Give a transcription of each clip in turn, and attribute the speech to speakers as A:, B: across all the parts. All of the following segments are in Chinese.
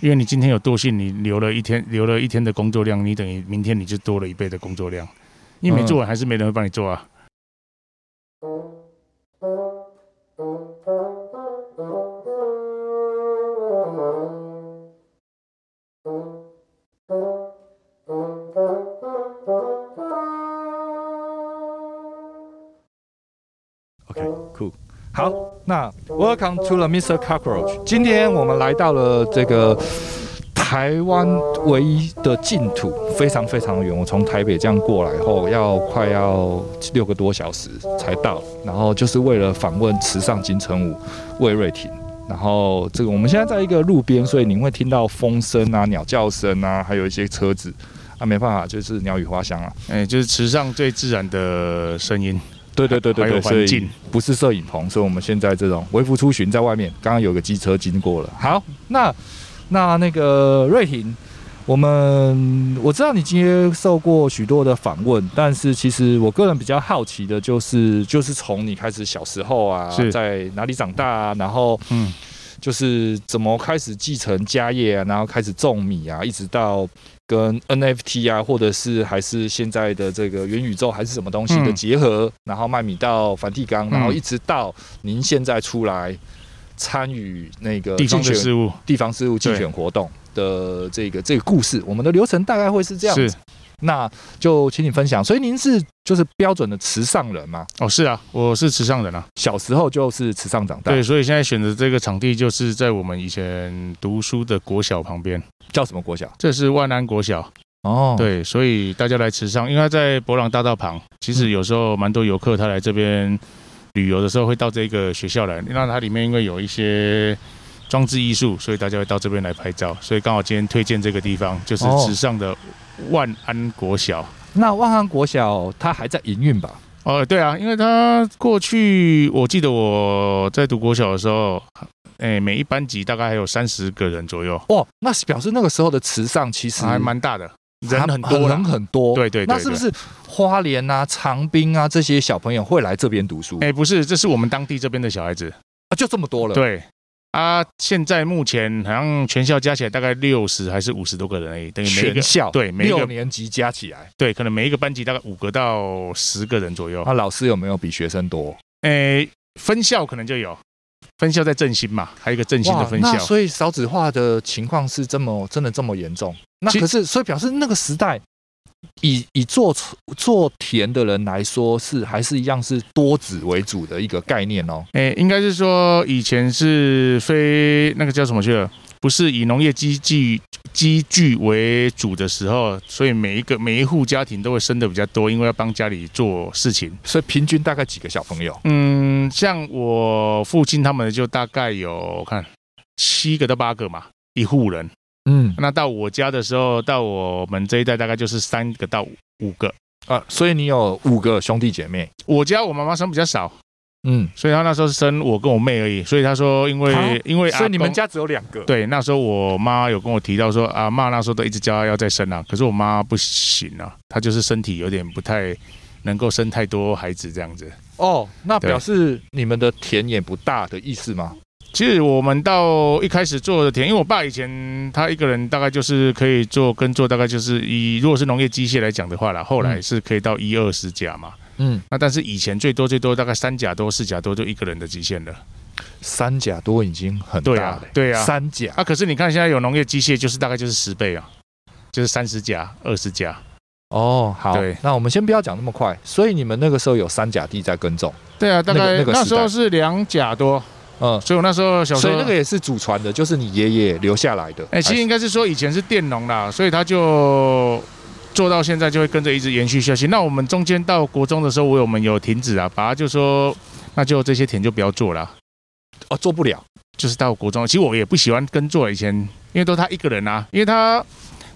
A: 因为你今天有惰性，你留了一天，留了一天的工作量，你等于明天你就多了一倍的工作量。你没做完，还是没人会帮你做啊。
B: OK，cool，、好，那 Welcome to the Mr. Cockroach。今天我们来到了这个台湾唯一的净土，非常非常远。我从台北这样过来后，要快要六个多小时才到，然后就是为了访问池上金城武、魏瑞婷。然后这个我们现在在一个路边，所以你会听到风声啊、鸟叫声啊，还有一些车子啊，没办法，就是鸟语花香啊。
A: 哎、就是池上最自然的声音，
B: 对对对对
A: 还
B: 对，
A: 有
B: 所
A: 环
B: 以
A: 境。
B: 不是摄影棚，所以我们现在这种微服出巡在外面。刚刚有个机车经过了。好，那那那个瑞婷，我们我知道你接受过许多的访问，但是其实我个人比较好奇的就是，就是从你开始小时候啊，
A: 是
B: 在哪里长大啊，然后
A: 嗯，
B: 就是怎么开始继承家业啊，然后开始种米啊，一直到跟 NFT 啊，或者是还是现在的这个元宇宙还是什么东西的
A: 嗯
B: 结合，然后卖米到梵蒂冈，
A: 嗯
B: 然后一直到您现在出来参与那个
A: 地方
B: 竞
A: 的
B: 选
A: 事物
B: 地方事务竞选活动的这个这个故事，我们的流程大概会是这样
A: 是
B: 子。那就请你分享。所以您是就是标准的池上人嘛，
A: 哦，是啊，我是池上人啊。
B: 小时候就是池上长大，
A: 对，所以现在选择这个场地就是在我们以前读书的国小旁边，
B: 叫什么国小？
A: 这是万安国小。
B: 哦，
A: 对，所以大家来池上，因为它在博朗大道旁，其
B: 嗯
A: 实有时候蛮多游客他来这边旅游的时候会到这个学校来，那它里面因为有一些装置艺术，所以大家会到这边来拍照，所以刚好今天推荐这个地方就是
B: 哦
A: 池上的万安国小。
B: 那万安国小它还在营运吧？
A: 哦，对啊，因为他过去我记得我在读国小的时候，哎，每一班级大概还有三十个人左右，
B: 哦，那是表示那个时候的池上其实
A: 还蛮大的，人
B: 还
A: 很多啦
B: 人很多。
A: 对对对
B: 那是不是花莲啊、长滨啊这些小朋友会来这边读书？
A: 哎，不是，这是我们当地这边的小孩子。
B: 啊，就这么多了。，
A: 对啊，现在目前好像全校加起来大概六十还是五十多个人而已，等于每一
B: 全
A: 个
B: 校
A: 对每一
B: 六
A: 个
B: 年级加起来，
A: 对，可能每一个班级大概五个到十个人左右。
B: 那老师有没有比学生多？
A: 诶、分校可能就有，分校在振兴嘛，还有一个振兴的分
B: 那
A: 校。
B: 所以少子化的情况是这么真的这么严重？那
A: 其
B: 可是所以表示那个时代。以以做做田的人来说，是还是一样是多子为主的一个概念哦。
A: 诶、应该是说以前是非那个叫什么去了。不是以农业基具基具为主的时候，所以每一个每一户家庭都会生的比较多，因为要帮家里做事情。
B: 所以平均大概几个小朋友？
A: 嗯，像我父亲他们就大概有我看七个到八个嘛，一户人。
B: 嗯
A: 那到我家的时候，到我们这一代大概就是三个到五个。
B: 啊，所以你有五个兄弟姐妹。
A: 我家我妈妈生比较少，
B: 嗯，
A: 所以她那时候是生我跟我妹而已。所以她说，因为、
B: 啊
A: 因为阿
B: 所以你们
A: 公
B: 家只有两个。，
A: 对那时候我妈有跟我提到说，阿妈那时候都一直叫她要再生啊，可是我妈不行啊，她就是身体有点不太能够生太多孩子这样子。
B: 哦，那
A: 对
B: 表示你们的田也不大的意思吗？
A: 其实我们到一开始做的田，因为我爸以前他一个人大概就是可以做耕作，大概就是以如果是农业机械来讲的话啦，后来是可以到一二十甲嘛。
B: 嗯，
A: 那但是以前最多最多大概三甲多四甲多就一个人的极限了。
B: 三甲多已经很
A: 对
B: 大
A: 啊
B: 了。，
A: 对啊。
B: 三甲
A: 啊，可是你看现在有农业机械，就是大概就是十倍啊，就是三十甲、二十甲。
B: 哦，好
A: 对，
B: 那我们先不要讲那么快。所以你们那个时候有三甲地在耕种，
A: 对啊，大概
B: 那个那个时
A: 时
B: 代
A: 候是两甲多，
B: 嗯，
A: 所以我那时候小时
B: 所以
A: 候
B: 那个也是祖传的，就是你爷爷留下来的。
A: 哎、其实应该是说以前是佃农啦，所以他就做到现在就会跟着一直延续下去。那我们中间到国中的时候，我有我们有停止啊，把它就说那就这些田就不要做了。
B: 哦做不了，
A: 就是到国中，其实我也不喜欢耕作，以前因为都他一个人啊，因为他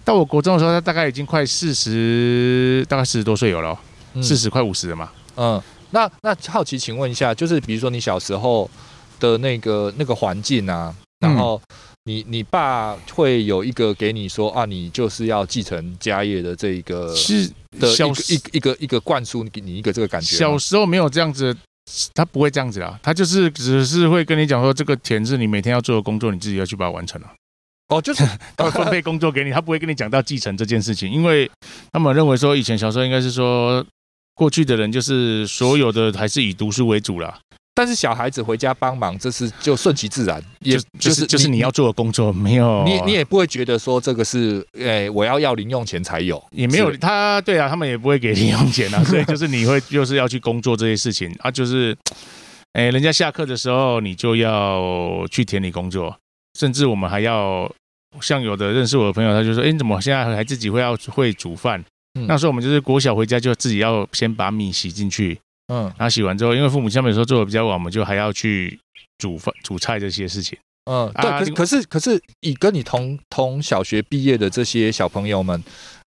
A: 到我国中的时候，他大概已经快四十，大概四十多岁有了哦，
B: 嗯
A: 四十快五十了嘛。
B: 嗯，那那好奇，请问一下，就是比如说你小时候的那个那个环境啊，
A: 嗯
B: 然后你、你爸会有一个给你说啊，你就是要继承家业的这一个
A: 是
B: 呃的一
A: 小
B: 个一个一个一个灌输给你一个这个感觉
A: 小
B: 吗。
A: 时候没有这样子的，他不会这样子啦，他就是只是会跟你讲说，这个田是你每天要做的工作，你自己要去把它完成了。
B: 哦，就是
A: 他会分配工作给你，他不会跟你讲到继承这件事情，因为他们认为说以前小时候应该是说过去的人就是所有的还是以读书为主啦，
B: 但是小孩子回家帮忙，这是就顺其自然，也
A: 就就是就是你要做的工作没有
B: 你你也不会觉得说这个是，诶、我要要零用钱才有，
A: 也没有
B: 是
A: 他，对啊，他们也不会给零用 钱啊，所以就是你会就是要去工作这些事情啊，就是，哎，人家下课的时候你就要去田里工作，甚至我们还要像有的认识我的朋友，他就说，哎，你怎么现在还自己会要会煮饭？
B: 嗯
A: 那时候我们就是国小回家就自己要先把米洗进去，
B: 嗯
A: 然后洗完之后，因为父母亲他们有时候做的比较晚，我们就还要去煮饭煮菜这些事情。
B: 嗯，对，
A: 啊
B: 可是
A: 另
B: 可是可是，以跟你同同小学毕业的这些小朋友们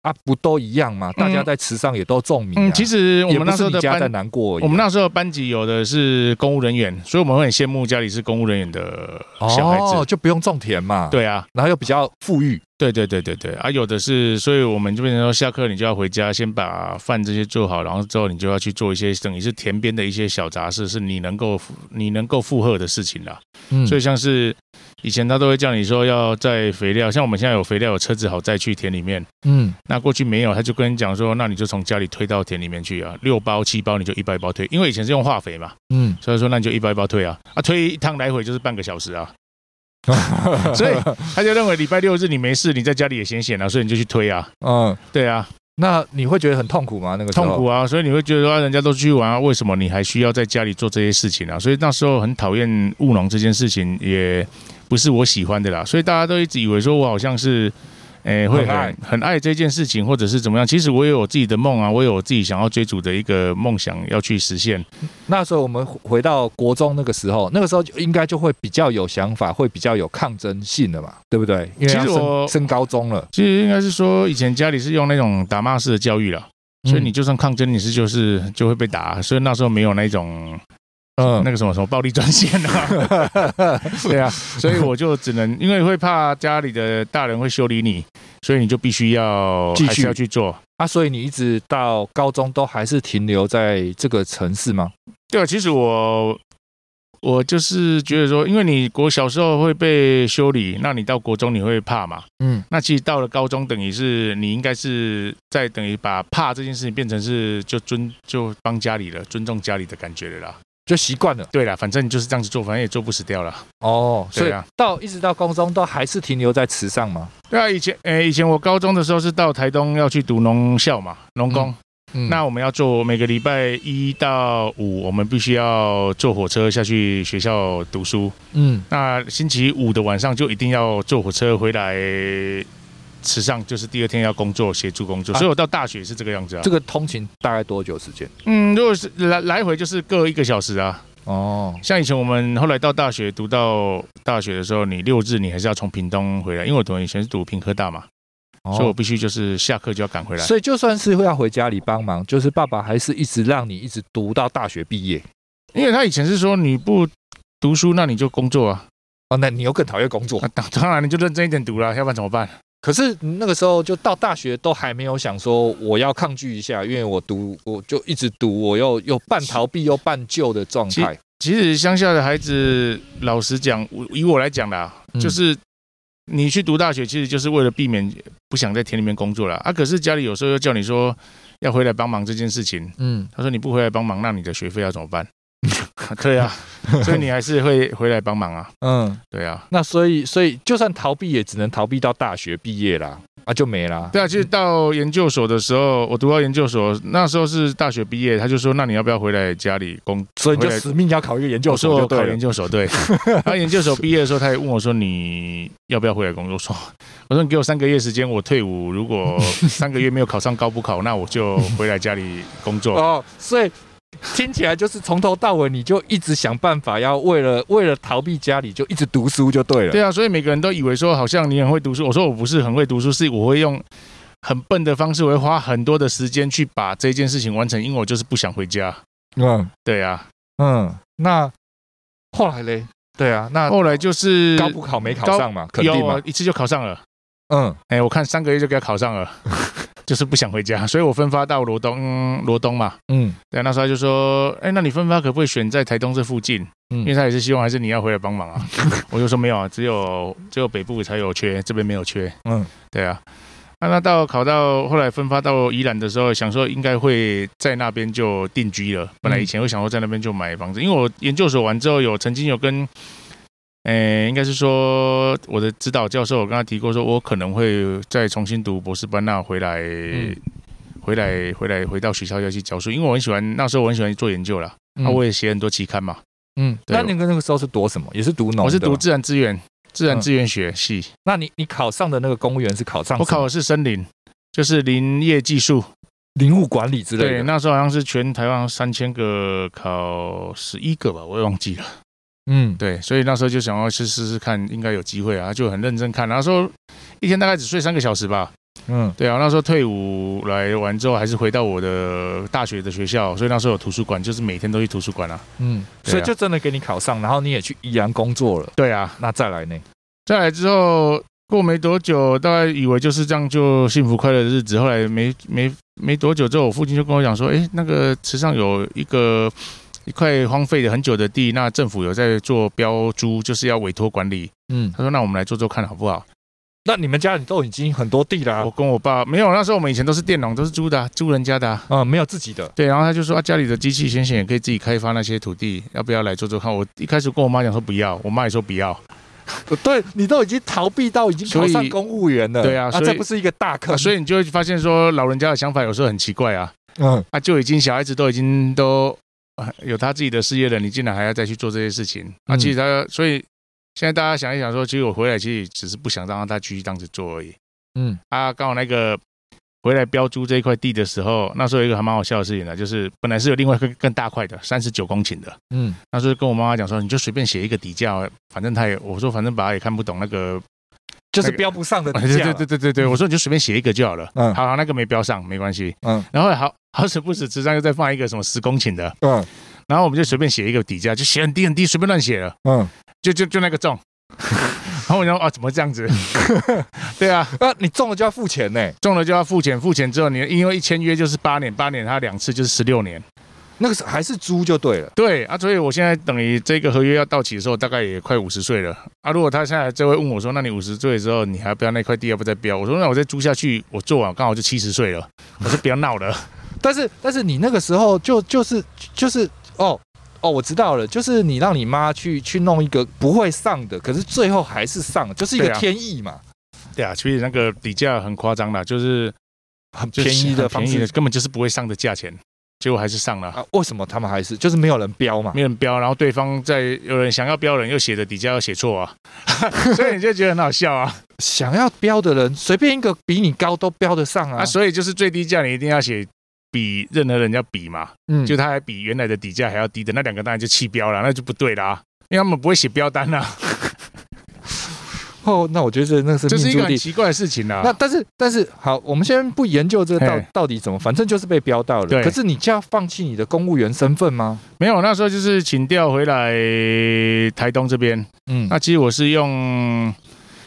B: 啊，不都一样吗？大家在池上也都种米、啊
A: 嗯，其实我们
B: 也不
A: 那时
B: 是
A: 候
B: 你
A: 的
B: 家
A: 班
B: 在难过而已啊，
A: 我们那时候班级有的是公务人员，所以我们会很羡慕家里是公务人员的小孩子。
B: 哦，就不用种田嘛，，
A: 对啊，
B: 然后又比较富裕，
A: 对对对对对啊，有的是，所以我们就变成说，下课你就要回家，先把饭这些做好，然后之后你就要去做一些等于是田边的一些小杂事，是你能够你能够负荷的事情啦。
B: 嗯
A: 所以像是以前他都会叫你说要在肥料，像我们现在有肥料有车子好再去田里面，
B: 嗯，
A: 那过去没有，他就跟你讲说，那你就从家里推到田里面去啊，六包七包你就一包一包推，因为以前是用化肥嘛。
B: 嗯，
A: 所以说那你就一包一包退啊，啊退一趟来回就是半个小时 啊，所以他就认为礼拜六日你没事，你在家里也闲闲啊，所以你就去推啊，
B: 嗯，
A: 对啊，
B: 那你会觉得很痛苦吗？那个时候
A: 痛苦啊，所以你会觉得说啊人家都出去玩啊，为什么你还需要在家里做这些事情啊？所以那时候很讨厌务农这件事情，也不是我喜欢的啦，所以大家都一直以为说我好像是。诶、会
B: 很爱
A: 很很爱这件事情，或者是怎么样？其实我也有我自己的梦啊，我有我自己想要追逐的一个梦想要去实现。
B: 那时候我们回回到国中那个时候，那个时候就应该就会比较有想法，会比较有抗争性了嘛，对不对？因为要
A: 其实
B: 升
A: 我
B: 升高中了，
A: 其实应该是说，以前家里是用那种打骂式的教育啦，
B: 嗯
A: 所以你就算抗争，你是就是就会被打，所以那时候没有那种呃
B: 嗯
A: 那个什么什么暴力专线 啊，对啊，所以我就只能因为会怕家里的大人会修理你，所以你就必须要
B: 继续
A: 还是要去做。
B: 啊，所以你一直到高中都还是停留在这个城市吗？
A: 对啊，其实我我就是觉得说，因为你国小时候会被修理，那你到国中你会怕嘛？
B: 嗯
A: 那其实到了高中，等于是你应该是在等于把怕这件事情变成是就尊就帮家里了，尊重家里的感觉了啦。
B: 就习惯了
A: 对啦，反正你就是这样子做，反正也做不死掉了。
B: 哦，所
A: 对
B: 以
A: 啊
B: 到一直到高中都还是停留在池上嘛。
A: 对啊，以前诶、以前我高中的时候是到台东要去读农校嘛，农工。
B: 嗯
A: 那我们要做每个礼拜一到五，我们必须要坐火车下去学校读书。
B: 嗯
A: 那星期五的晚上就一定要坐火车回来。池上就是第二天要工作，协助工作，
B: 啊
A: 所以我到大学是这个样子啊
B: 这。个通勤大概多久时间？
A: 嗯，如果是来来回就是各一个小时啊。
B: 哦，
A: 像以前我们后来到大学读到大学的时候，你六日你还是要从屏东回来，因为我读以前是读屏科大嘛，所以我
B: 哦
A: 必须就是下课就要赶回来。
B: 所以就算是要回家里帮忙，就是爸爸还是一直让你一直读到大学毕业。
A: 因为他以前是说你不读书，那你就工作啊，
B: 哦，那你又更讨厌工作
A: 那、。当当然你就认真一点读啦，要不然怎么办？
B: 可是那个时候就到大学都还没有想说我要抗拒一下，因为我读我就一直读，我又又半逃避又半救的状态，
A: 其实乡下的孩子，老实讲，我以我来讲啦，
B: 嗯
A: 就是你去读大学，其实就是为了避免不想在田里面工作啦。啊。可是家里有时候又叫你说要回来帮忙这件事情，
B: 嗯，
A: 他说你不回来帮忙，那你的学费要怎么办？ 对啊，所以你还是会回来帮忙啊。
B: 嗯，
A: 对啊，
B: 那所以所以就算逃避也只能逃避到大学毕业啦，啊就没啦。
A: 对啊，其实到研究所的时候，我读到研究所那时候是大学毕业，他就说那你要不要回来家里工？
B: 所以你就
A: 回来
B: 死命要考一个研究
A: 我说
B: 所就
A: 我
B: 对
A: 考
B: 了
A: 研。究所， 对。他研究所毕业的时候，他也问我说你要不要回来工作？我说我说你给我三个月时间，我退伍，如果三个月没有考上高补考，那我就回来家里工作。
B: 哦，所以听起来就是从头到尾你就一直想办法要为了为了逃避家里就一直读书就对了。
A: 对啊，所以每个人都以为说好像你很会读书，我说我不是很会读书，是我会用很笨的方式，我会花很多的时间去把这件事情完成，因为我就是不想回家。
B: 嗯
A: 对啊，
B: 嗯，那后来嘞？对啊，那
A: 后来就是
B: 高补考没考
A: 高
B: 上嘛，肯定
A: 有
B: 嘛
A: 啊，一次就考上了。
B: 嗯，
A: 哎，我看三个月就给他考上了， 就是不想回家，所以我分发到罗东，罗东嘛，
B: 嗯
A: 对，那时候他就说，哎、那你分发可不可以选在台东这附近？
B: 嗯
A: 因为他也是希望还是你要回来帮忙 啊。我就说没有啊，只有只有北部才有缺，这边没有缺。
B: 嗯
A: 对啊，那那到考到后来分发到宜兰的时候，想说应该会在那边就定居了。本来以前会想说在那边就买房子，因为我研究所完之后有曾经有跟，诶、应该是说我的指导教授，我跟他提过，说我可能会再重新读博士班，那回来。
B: 嗯
A: 回来，回来，回到学校要去教书，因为我很喜欢，那时候我很喜欢做研究啦。
B: 嗯
A: 啊，我也写很多期刊嘛，
B: 嗯，
A: 对
B: 那你那个时候是读什么？也是读农的吗？
A: 我是读自然资源、自然
B: 嗯
A: 资源学系，
B: 那你你考上的那个公务员是考上什么
A: 我考的是森林，就是林业技术。
B: 林务管理之类
A: 对，
B: 的。
A: 那时候好像是全台湾三千个考十一个吧，我也忘记了。
B: 嗯，
A: 对，所以那时候就想要去试试看，应该有机会啊，就很认真看。那时候一天大概只睡三个小时吧。
B: 嗯
A: 对啊，那时候退伍来完之后，还是回到我的大学的学校，所以那时候有图书馆，就是每天都去图书馆啊。
B: 嗯，
A: 对啊
B: 所以就真的给你考上，然后你也去宜兰工作了。
A: 对啊，
B: 那再来呢？
A: 再来之后过没多久，大概以为就是这样就幸福快乐的日子。后来没没没多久之后，我父亲就跟我讲说，诶，那个池上有一个一块荒废了很久的地，那政府有在做标租，就是要委托管理。
B: 嗯，
A: 他说，那我们来做做看好不好？
B: 那你们家里都已经很多地啊啦、
A: 我跟我爸没有，那时候我们以前都是佃农，都是租的啊、租人家的、啊。
B: 嗯，没有自己的。
A: 对，然后他就说啊，家里的机器险险也可以自己开发那些土地，要不要来做做看？我一开始跟我妈讲说不要，我妈也说不要，
B: 呃对你都已经逃避到已经考
A: 所
B: 上
A: 以
B: 公务员了。
A: 对啊
B: 那
A: 所以
B: 这不是一个大
A: 啊
B: 坑。
A: 所以你就会发现说老人家的想法有时候很奇怪啊。
B: 嗯
A: 啊，就已经小孩子都已经都啊有他自己的事业了，你竟然还要再去做这些事情？啊，
B: 嗯
A: 其实他所以现在大家想一想说，其实我回来其实只是不想让他继续这样子做而已。
B: 嗯
A: 啊，刚好那个回来标租这一块地的时候，那时候有一个还蛮好笑的事情呢，就是本来是有另外一个更大块的，三十九公顷的，
B: 嗯
A: 那时候跟我妈妈讲说，你就随便写一个底价，反正他也我说反正爸也看不懂那个，
B: 就是标不 上的
A: 对
B: 底价
A: 哎对
B: 了。
A: 对对对对，我说你就随便写一个就好了。
B: 嗯
A: 好好，那个没标上没关系。
B: 嗯
A: 然后好好死不死，池上又再放一个什么十公顷的，
B: 嗯
A: 然后我们就随便写一个底价，就写很低很低，随便乱写了，
B: 嗯。
A: 就就就那个 中。然后我就说啊，怎么这样子？对啊，
B: 那、你中了就要付钱呢、
A: 中了就要付钱，付钱之后你因为一签约就是八年，八年他两次就是十六年。
B: 那个是还是租就对了。
A: 对啊，所以我现在等于这个合约要到期的时候，大概也快五十岁了啊。如果他现在就会问我说，那你五十岁的时候，你还要不要那块地，要不要再标？我说那我再租下去，我做完刚好就七十岁了。我说不要闹了，
B: 但是但是你那个时候就就是就是哦哦，我知道了，就是你让你妈去去弄一个不会上的，可是最后还是上了，就是一个
A: 对啊
B: 天意嘛，
A: 对啊，所以那个底价很夸张啦，就是
B: 很
A: 就是
B: 便宜的
A: 很
B: 方
A: 便宜
B: 式
A: 的根本就是不会上的价钱，结果还是上了。
B: 啊。为什么他们还是就是没有人标嘛？
A: 没人标，然后对方在有人想要标人，又写的底价又写错啊， 所以你就觉得很好笑啊
B: 想要标的人，随便一个比你高都标得上啊。
A: 啊！所以就是最低价你一定要写比任何人要比嘛，
B: 嗯
A: 就他还比原来的底价还要低的那两个当然就弃标了，那就不对啦、因为他们不会写标单 啊，
B: 哦，那我觉得那是
A: 这是
B: 命
A: 一个
B: 中
A: 很
B: 地。
A: 奇怪的事情啦、啊
B: 那但是但是好，我们先不研究这个到
A: 嘿
B: 到底怎么，反正就是被标到了。
A: 对
B: 可是你就要放弃你的公务员身份吗？
A: 没有，那时候就是请调回来台东这边，
B: 嗯
A: 那其实我是用，应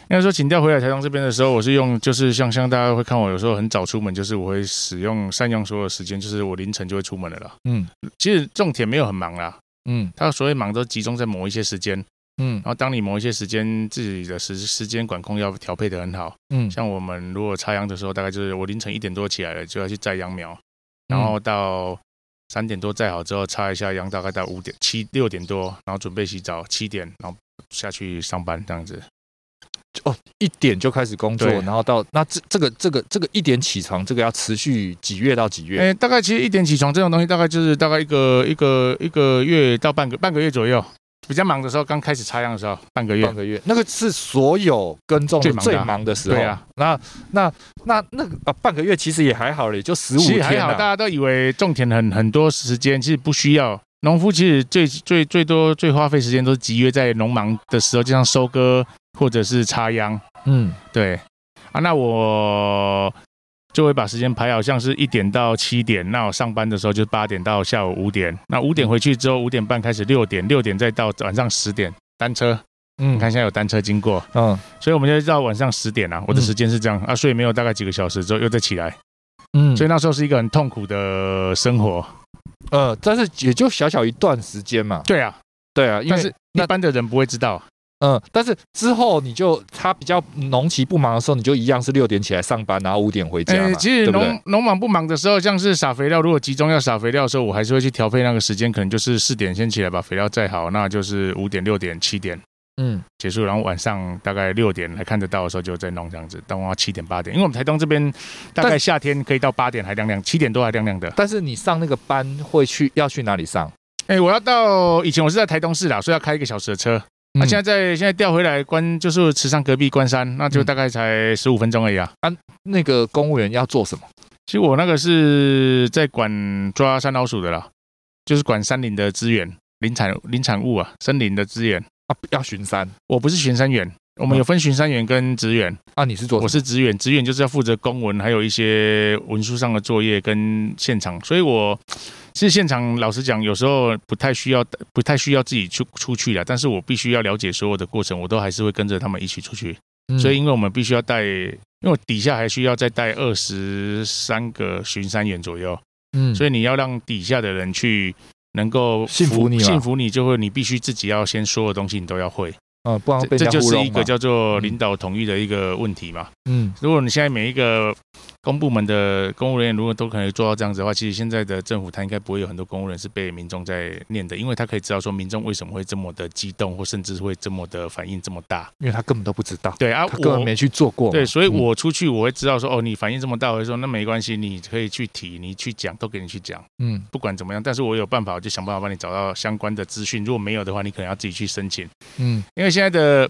A: 该说请调回来台东这边的时候，我是用就是像像大家会看我有时候很早出门，就是我会使用善用所有时间，就是我凌晨就会出门了啦。
B: 嗯
A: 其实种田没有很忙啦，
B: 嗯
A: 它所谓忙都集中在某一些时间，然
B: 嗯
A: 后当你某一些时间自己的时时间管控要调配得很好。
B: 嗯
A: 像我们如果插秧的时候，大概就是我凌晨一点多起来了就要去摘秧
B: 嗯
A: 苗，然后到三点多摘好之后插一下秧，大概到五点七六点多，然后准备洗澡，七点然后下去上班这样子。
B: 一点就开始工作，
A: 对
B: 然后到那这这个这个这个一点起床，这个要持续几月到几月？
A: 哎、大概其实一点起床这种东西，大概就是大概一个一个一个月到半个半个月左右。比较忙的时候，刚开始插秧的时候，半个月
B: 半。个月，那个是所有耕种
A: 最
B: 的
A: 忙的
B: 最
A: 啊
B: 忙的时候。
A: 对啊，
B: 那那那那个啊，半个月其实也还好了，也就十五
A: 其实
B: 天啊
A: 还好，大家
B: 了。
A: 都以为种田很很多时间，其实不需要。农夫其实最最最多最花费时间都是集约在农忙的时候，就像收割或者是插秧。
B: 嗯
A: 对啊，那我就会把时间排好，像是一点到七点，那我上班的时候就是八点到下午五点，那五点回去之后五点半开始六点，六点再到晚上十点。单车，
B: 嗯，
A: 你看现在有单车经过，
B: 嗯，
A: 所以我们就到晚上十点啊。我的时间是这样、啊，睡没有大概几个小时之后又再起来，
B: 嗯
A: 所以那时候是一个很痛苦的生活。
B: 呃，但是也就小小一段时间嘛，
A: 对啊，
B: 对啊，因
A: 但
B: 为
A: 是一般的人不会知道。
B: 嗯，但是之后你就他比较农期不忙的时候，你就一样是六点起来上班，然后五点回家嘛，
A: 呃其实
B: 对不对
A: 农农忙不忙的时候，像是撒肥料，如果集中要撒肥料的时候，我还是会去调配那个时间，可能就是四点先起来把肥料载好，那就是五点、六点、七点
B: 嗯
A: 结束，然后晚上大概六点还看得到的时候就再弄这样子，到七点八点，因为我们台东这边大概
B: 但
A: 夏天可以到八点还亮亮，七点多还亮亮的。
B: 但是你上那个班会去要去哪里上？
A: 哎、我要到以前我是在台东市啦，所以要开一个小时的车，那、
B: 嗯
A: 现在在现在调回来关就是池上隔壁关山，那就
B: 嗯
A: 大概才十五分钟而已啊。
B: 那个公务员要做什么？
A: 其实我那个是在管抓山老鼠的啦，就是管山林的资源、林产林产物啊，森林的资源。
B: 啊，要巡山
A: 我不是巡山员，我们有分巡山员跟职员，
B: 啊？你是做
A: 我
B: 什么？
A: 是职员，职员就是要负责公文，还有一些文书上的作业跟现场，所以我。其实现场老实讲，有时候不太需要，不太需要自己去出去了。但是我必须要了解所有的过程，我都还是会跟着他们一起出去。
B: 嗯
A: 所以因为我们必须要带，因为我底下还需要再带二十三个巡山员左右，
B: 嗯
A: 所
B: 以
A: 以你要让底下的人去能够
B: 信服你嘛
A: 信服你就会，你必须自己要先所有东西你都要会，
B: 嗯，不然
A: 这
B: 被
A: 这
B: 人家
A: 就
B: 糊
A: 是
B: 弄
A: 一个
B: 嘛
A: 叫做领导统一的一个问题嘛。
B: 嗯
A: 如果你现在每一个公部门的公务人员如果都可能做到这样子的话，其实现在的政府他应该不会有很多公务人是被民众在念的，因为他可以知道说民众为什么会这么的激动，或甚至会这么的反应这么大。
B: 因为他根本都不知道，
A: 对啊，
B: 他根本
A: 我
B: 没去做过嘛。
A: 对，所以
B: 嗯
A: 我出去我会知道说，哦，你反应这么大，我会说那没关系，你可以去提，你去讲，都给你去讲，
B: 嗯
A: 不管怎么样。但是我有办法，我就想办法帮你找到相关的资讯。如果没有的话，你可能要自己去申请，
B: 嗯
A: 因为现在的。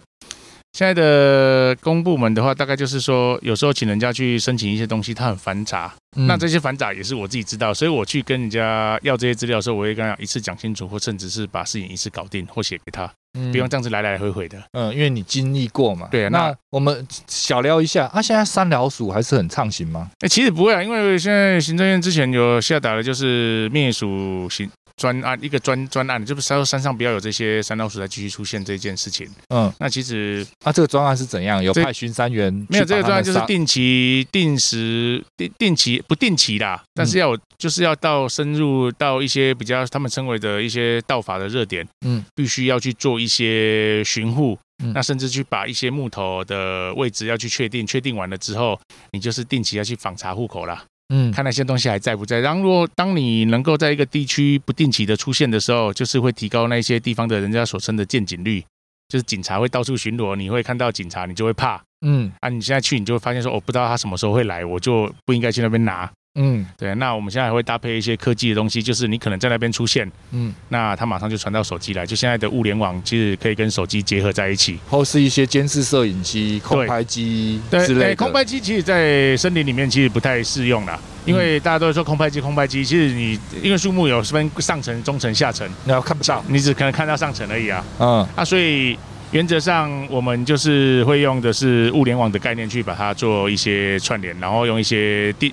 A: 现在的公部门的话，大概就是说，有时候请人家去申请一些东西，他很繁杂。
B: 嗯
A: 那这些繁杂也是我自己知道，所以我去跟人家要这些资料的时候，我会跟他一次讲清楚，或甚至是把事情一次搞定，或写给他，
B: 嗯
A: 不用这样子来来回回的。
B: 嗯，因为你经历过嘛。
A: 对啊
B: 那
A: 那
B: 我们小聊一下啊，现在三老鼠还是很畅行吗？
A: 哎、其实不会啊，因为现在行政院之前有下达的就是灭鼠行专案，一个专专案，就是说山上不要有这些山老鼠再继续出现这件事情。
B: 嗯，
A: 那其实
B: 啊，这个专案是怎样？有
A: 这
B: 派巡山员去
A: 没有这个
B: 把他
A: 专
B: 们
A: 案，就是
B: 杀
A: 定期、定时、定定期不定期
B: 嗯
A: 啦，但是要有、就是要到深入到一些比较他们称为的一些道法的热点，
B: 嗯，
A: 必须要去做一些巡护。
B: 嗯
A: 那甚至去把一些木头的位置要去确定，确定完了之后，你就是定期要去访查户口啦。
B: 嗯
A: 看那些东西还在不在。然后，如果当你能够在一个地区不定期的出现的时候，就是会提高那些地方的人家所称的见警率，就是警察会到处巡逻，你会看到警察，你就会怕
B: 嗯
A: 啊。你现在去，你就会发现说，我、哦不知道他什么时候会来，我就不应该去那边拿。
B: 嗯
A: 对，那我们现在还会搭配一些科技的东西，就是你可能在那边出现，
B: 嗯，
A: 那他马上就传到手机来。就现在的物联网，其实可以跟手机结合在一起。
B: 或是一些监视摄影机、空
A: 对
B: 拍机
A: 对
B: 之，类的。
A: 诶空拍机其实，在森林里面其实不太适用啦，
B: 嗯
A: 因为大家都会说空拍机，空拍机，其实你因为树木有分上层、中层、下层，
B: 那看不到。
A: 你只可能看到上层而已啊。
B: 嗯
A: 啊，所以原则上我们就是会用的是物联网的概念去把它做一些串联，然后用一些地。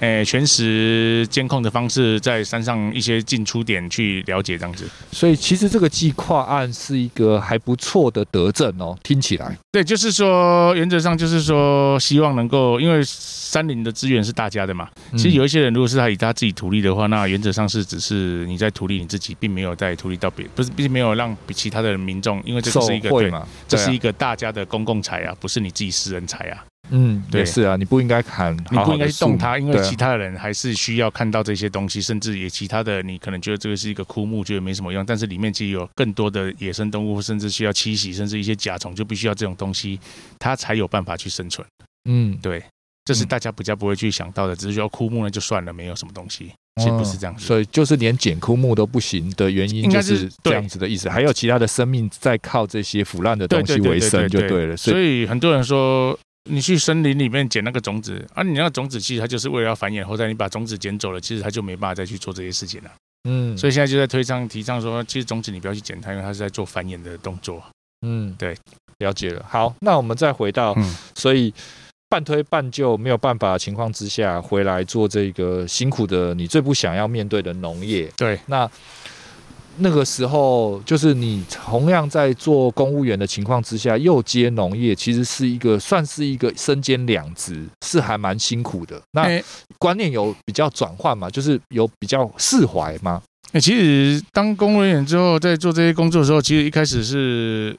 A: 诶，全时监控的方式，在山上一些进出点去了解这样子。
B: 所以其实这个计划案是一个还不错的德政哦，听起来。
A: 对，就是说，原则上就是说，希望能够，因为山林的资源是大家的嘛，
B: 嗯
A: 其实有一些人，如果是他以他自己图利的话，那原则上是只是你在图利你自己，并没有在图利到别，不是，并没有让比其他的民众，因为这
B: 受
A: 个是一个
B: 贿
A: 对，
B: 嘛，
A: 这
B: 对啊
A: 是一个大家的公共财啊，不是你自己私人财啊，
B: 嗯，
A: 对
B: 也是啊，你不应该砍，
A: 你
B: 好好
A: 不
B: 地
A: 应该去动
B: 树
A: 它，因为
B: 对啊
A: 其他人还是需要看到这些东西，甚至也其他的，你可能觉得这个是一个枯木，觉得没什么用，但是里面其实有更多的野生动物，甚至需要栖息，甚至一些甲虫就必须要这种东西，它才有办法去生存。
B: 嗯，
A: 对，这是
B: 嗯
A: 大家比较不会去想到的，只是说哦枯木呢就算了，没有什么东西，其实不是这样
B: 嗯
A: 子。
B: 所以就是连剪枯木都不行的原因，
A: 应
B: 就
A: 该是
B: 是这样子的意思。还有其他的生命在靠这些腐烂的东西为生就对了，所
A: 所
B: 以
A: 以很多人说，你去森林里面捡那个种子啊，你那个种子其实它就是为了要繁衍后代，你把种子捡走了，其实它就没办法再去做这些事情了。
B: 嗯，
A: 所
B: 以
A: 以现在就在推倡提倡说，其实种子你不要去捡它，因为它是在做繁衍的动作。
B: 嗯，
A: 对，
B: 了解了。好，那我们再回到，
A: 嗯
B: 所以半推半就没有办法的情况之下，回来做这个辛苦的你最不想要面对的农业。
A: 对，
B: 那那个时候，就是你同样在做公务员的情况之下，又接农业，其实是一个算是一个身兼两职，是还蛮辛苦的。那
A: 哎
B: 观念有比较转换嘛，就是有比较释怀嘛。
A: 欸，其实当公务人员之后，在做这些工作的时候，其实一开始是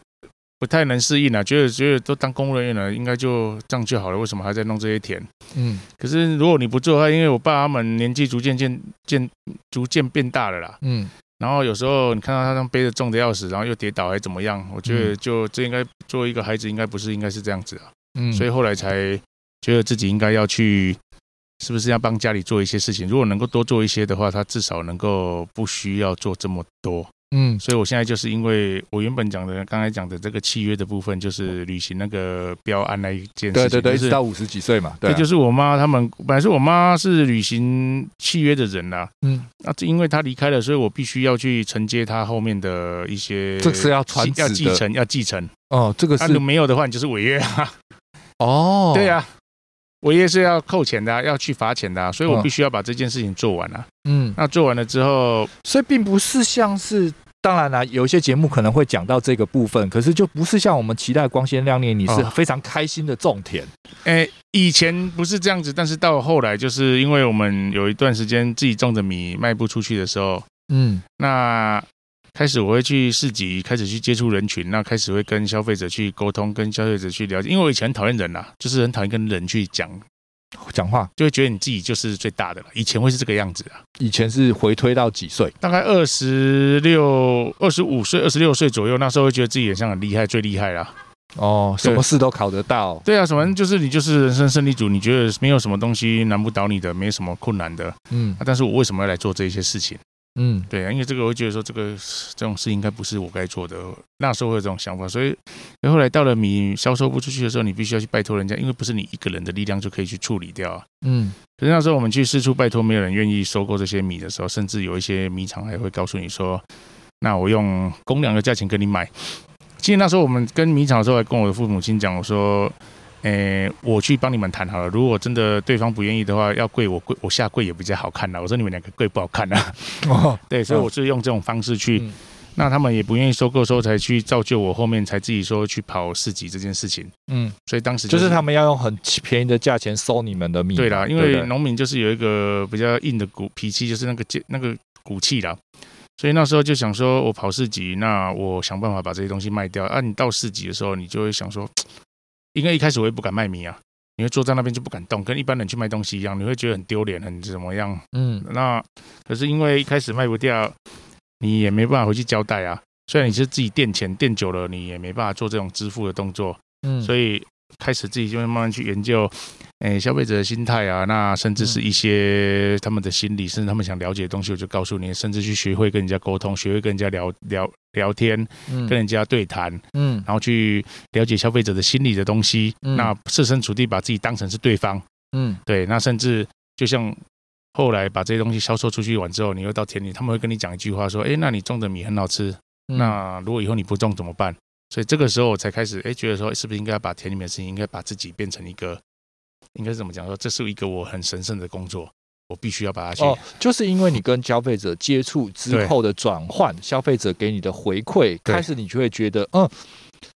A: 不太能适应啊，觉得觉得都当公务人员了，应该就这样就好了，为什么还在弄这些田？
B: 嗯
A: 可是如果你不做的话，因为我爸他们年纪逐渐渐渐逐渐变大了啦，
B: 嗯，
A: 然后有时候你看到他们背着重的要死，然后又跌倒还怎么样，我觉得
B: 嗯
A: 就这应该作为一个孩子，应该不是应该是这样子啊，
B: 嗯
A: 所以后来才觉得自己应该要去。是不是要帮家里做一些事情？如果能够多做一些的话，他至少能够不需要做这么多。
B: 嗯
A: 所以我现在就是因为我原本讲的，刚才讲的这个契约的部分，就是履行那个标案那一件事情。
B: 嗯对对对，一
A: 就
B: 直
A: 是
B: 到五十几岁嘛，对
A: 这
B: 啊，
A: 就是我妈他们，本来是我妈是履行契约的人啦、
B: 嗯，
A: 那、这因为她离开了，所以我必须要去承接她后面的一些，
B: 这是要传
A: 要
B: 子
A: 继
B: 的
A: 承，要继承。
B: 哦，这个
A: 那、啊、如果
B: 是
A: 没有的话，你就是违约啊。
B: 哦，
A: 对，啊，违约是要扣钱的啊、要去罚钱的啊、所以我
B: 嗯
A: 必须要把这件事情做完啊。
B: 嗯，
A: 那做完了之后，
B: 所以并不是像是。当然啦，有一些节目可能会讲到这个部分，可是就不是像我们期待光鲜亮丽，你是
A: 哦
B: 非常开心的种田。
A: 诶、以前不是这样子，但是到后来，就是因为我们有一段时间自己种的米卖不出去的时候，
B: 嗯
A: 那开始我会去市集，开始去接触人群，那开始会跟消费者去沟通，跟消费者去了解。因为我以前很讨厌人啦、就是很讨厌跟人去讲，
B: 讲话
A: 就会觉得你自己就是最大的了。以前会是这个样子啊，
B: 以前是回推到几岁？
A: 大概二十六、二十五岁、二十六岁左右，那时候会觉得自己很像很厉害，最厉害啦。
B: 哦，什
A: 对
B: 么事都考得到。
A: 对啊，反正就是你就是人生胜利组，你觉得没有什么东西难不倒你的，没什么困难的。
B: 嗯
A: 啊但是我为什么要来做这些事情？
B: 嗯
A: 对啊，因为这个我会觉得说这个这种事应该不是我该做的，那时候会有这种想法，所以后来到了你销售不出去的时候，你必须要去拜托人家，因为不是你一个人的力量就可以去处理掉啊。
B: 嗯，
A: 可是那时候我们去四处拜托，没有人愿意收购这些米的时候，甚至有一些米厂还会告诉你说，那我用公粮的价钱跟你买。其实那时候我们跟米厂的时候，还跟我的父母亲讲，我说。诶、我去帮你们谈好了。如果真的对方不愿意的话，要跪我跪，我下跪也比较好看啦。我说你们两个跪不好看啊。
B: 哦，
A: 对，所以我是用这种方式去，
B: 嗯
A: 那他们也不愿意收购的时候，才去造就我后面才自己说去跑市集这件事情。
B: 嗯，
A: 所以当时、
B: 就是
A: 是
B: 他们要用很便宜的价钱收你们的米。
A: 对啦，因
B: 对不
A: 为
B: 对
A: 农民就是有一个比较硬的骨脾气，就是那个劲那个骨气啦。所以那时候就想说，我跑市集，那我想办法把这些东西卖掉。啊，你到市集的时候，你就会想说，因为一开始我也不敢卖米啊，你会坐在那边就不敢动，跟一般人去卖东西一样，你会觉得很丢脸，很怎么样？
B: 嗯
A: 那可是因为一开始卖不掉，你也没办法回去交代啊。虽然你是自己垫钱垫久了，你也没办法做这种支付的动作，
B: 嗯，
A: 所以开始自己就会慢慢去研究，诶、消费者的心态啊，那甚至
B: 嗯
A: 是一些他们的心理，甚至他们想了解的东西，我就告诉你，甚至去学会跟人家沟通，学会跟人家聊聊聊天，跟
B: 嗯
A: 人家对谈，
B: 嗯
A: 然后去了解消费者的心理的东西，
B: 嗯
A: 那设身处地把自己当成是对方。
B: 嗯
A: 对，那甚至就像后来把这些东西销售出去完之后，你又到田里，他们会跟你讲一句话说：“哎，那你种的米很好吃，
B: 嗯
A: 那如果以后你不种怎么办？”所以这个时候我才开始哎，觉得说是不是应该把田里面的事情，应该把自己变成一个，应该是怎么讲说，这是一个我很神圣的工作，我必须要把它去。
B: 哦，就是因为你跟消费者接触之后的转换，消费者给你的回馈，
A: 对
B: 开始你就会觉得，嗯，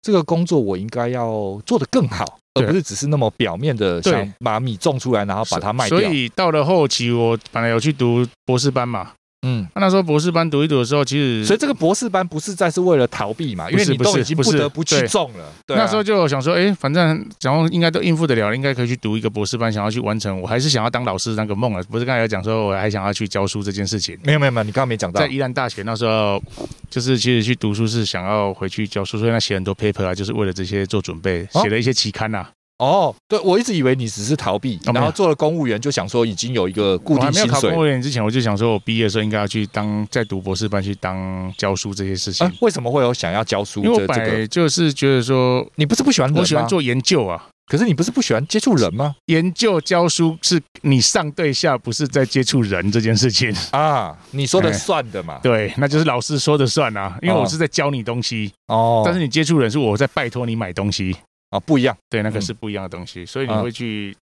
B: 这个工作我应该要做得更好，而
A: 对
B: 不是只是那么表面的
A: 对
B: 想把米种出来，然后把它卖掉
A: 所。以到了后期，我本来有去读博士班嘛，啊
B: 嗯，
A: 那时候博士班读一读的时候，其实
B: 所以这个博士班不是再是为了逃避嘛，因为
A: 不是
B: 你都
A: 不
B: 已
A: 是
B: 经
A: 不
B: 不
A: 是
B: 得不去
A: 对
B: 种了。对啊
A: 那时候就有想说，哎、反正想要应该都应付得了，应该可以去读一个博士班，想要去完成。我还是想要当老师那个梦啊，不是刚才有讲说我还想要去教书这件事情。
B: 没有没有没有，你刚刚没讲到
A: 在。宜兰大学那时候，就是其实去读书是想要回去教书，所以那写很多 paper 啊，就是为了这些做准备，
B: 哦
A: 写了一些期刊呐、啊。
B: 哦，对，我一直以为你只是逃避，
A: 哦没有
B: 然后做了公务员就想说已经有一个固
A: 我还
B: 定
A: 没有
B: 薪
A: 考
B: 水
A: 公。务员之前，我就想说我毕业的时候应该要去当再读博士班去当教书这些事情，
B: 啊，为什么会有想要教书
A: 因为我
B: 的
A: 本
B: 这个？
A: 来就是觉得说，嗯
B: 你不是不喜欢人吗？
A: 我喜欢做研究啊。
B: 可是你不是不喜欢接触人吗？
A: 研究教书是你上对下，不是在接触人这件事情。
B: 啊，你说的
A: 哎
B: 算的嘛？
A: 对，那就是老师说的算啊，因为
B: 哦
A: 我是在教你东西，
B: 哦，
A: 但是你接触人是我在拜托你买东西，
B: 啊不一样，
A: 对，那个
B: 嗯
A: 是不一样的东西，所以你
B: 啊
A: 会去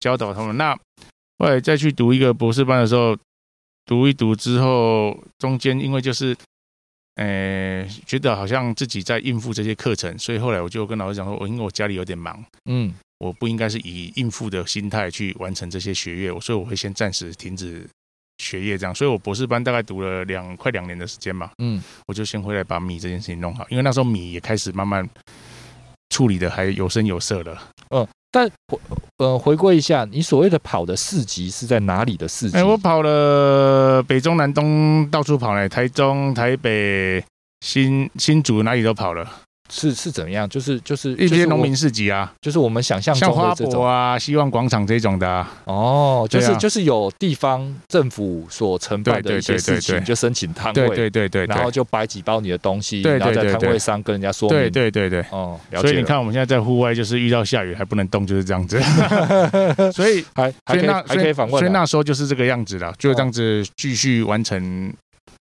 A: 教导他们。那后来再去读一个博士班的时候，读一读之后，中间因为就是呃，觉得好像自己在应付这些课程，所以后来我就跟老师讲说，哦我因为我家里有点忙，
B: 嗯，
A: 我不应该是以应付的心态去完成这些学业，我所以我会先暂时停止学业这样。所以我博士班大概读了两快两年的时间嘛，
B: 嗯，
A: 我就先回来把米这件事情弄好，因为那时候米也开始慢慢处理的还有声有色了。
B: 但回呃回归一下，你所谓的跑的市集是在哪里的市集？
A: 哎、我跑了北中南东，到处跑嘞，台中、台北、新新竹哪里都跑了，
B: 是是怎么样？就是就是
A: 一
B: 就是
A: 些
B: 我
A: 农民市集啊，
B: 就是我们想象
A: 像
B: 中
A: 花
B: 的这
A: 博
B: 种
A: 啊、希望广场这种的、啊，
B: 哦，就
A: 对
B: 是
A: 啊
B: 就是有地方政府所承办
A: 对
B: 的
A: 对
B: 一些
A: 对对
B: 事情，
A: 对
B: 你就申请摊
A: 对
B: 位，
A: 对对对，
B: 然后就摆几包你的东西，
A: 对对
B: 然后在
A: 对
B: 摊位
A: 对
B: 上跟人家说明。
A: 对对对对。
B: 哦，了解了。
A: 所以你看，我们现在在户外，就是遇到下雨还不能动，就是这样子。所以，
B: 还还
A: 所以
B: 可以
A: 那
B: 还可以访问啊，
A: 所以那时候就是这个样子啦，就这样子继续完成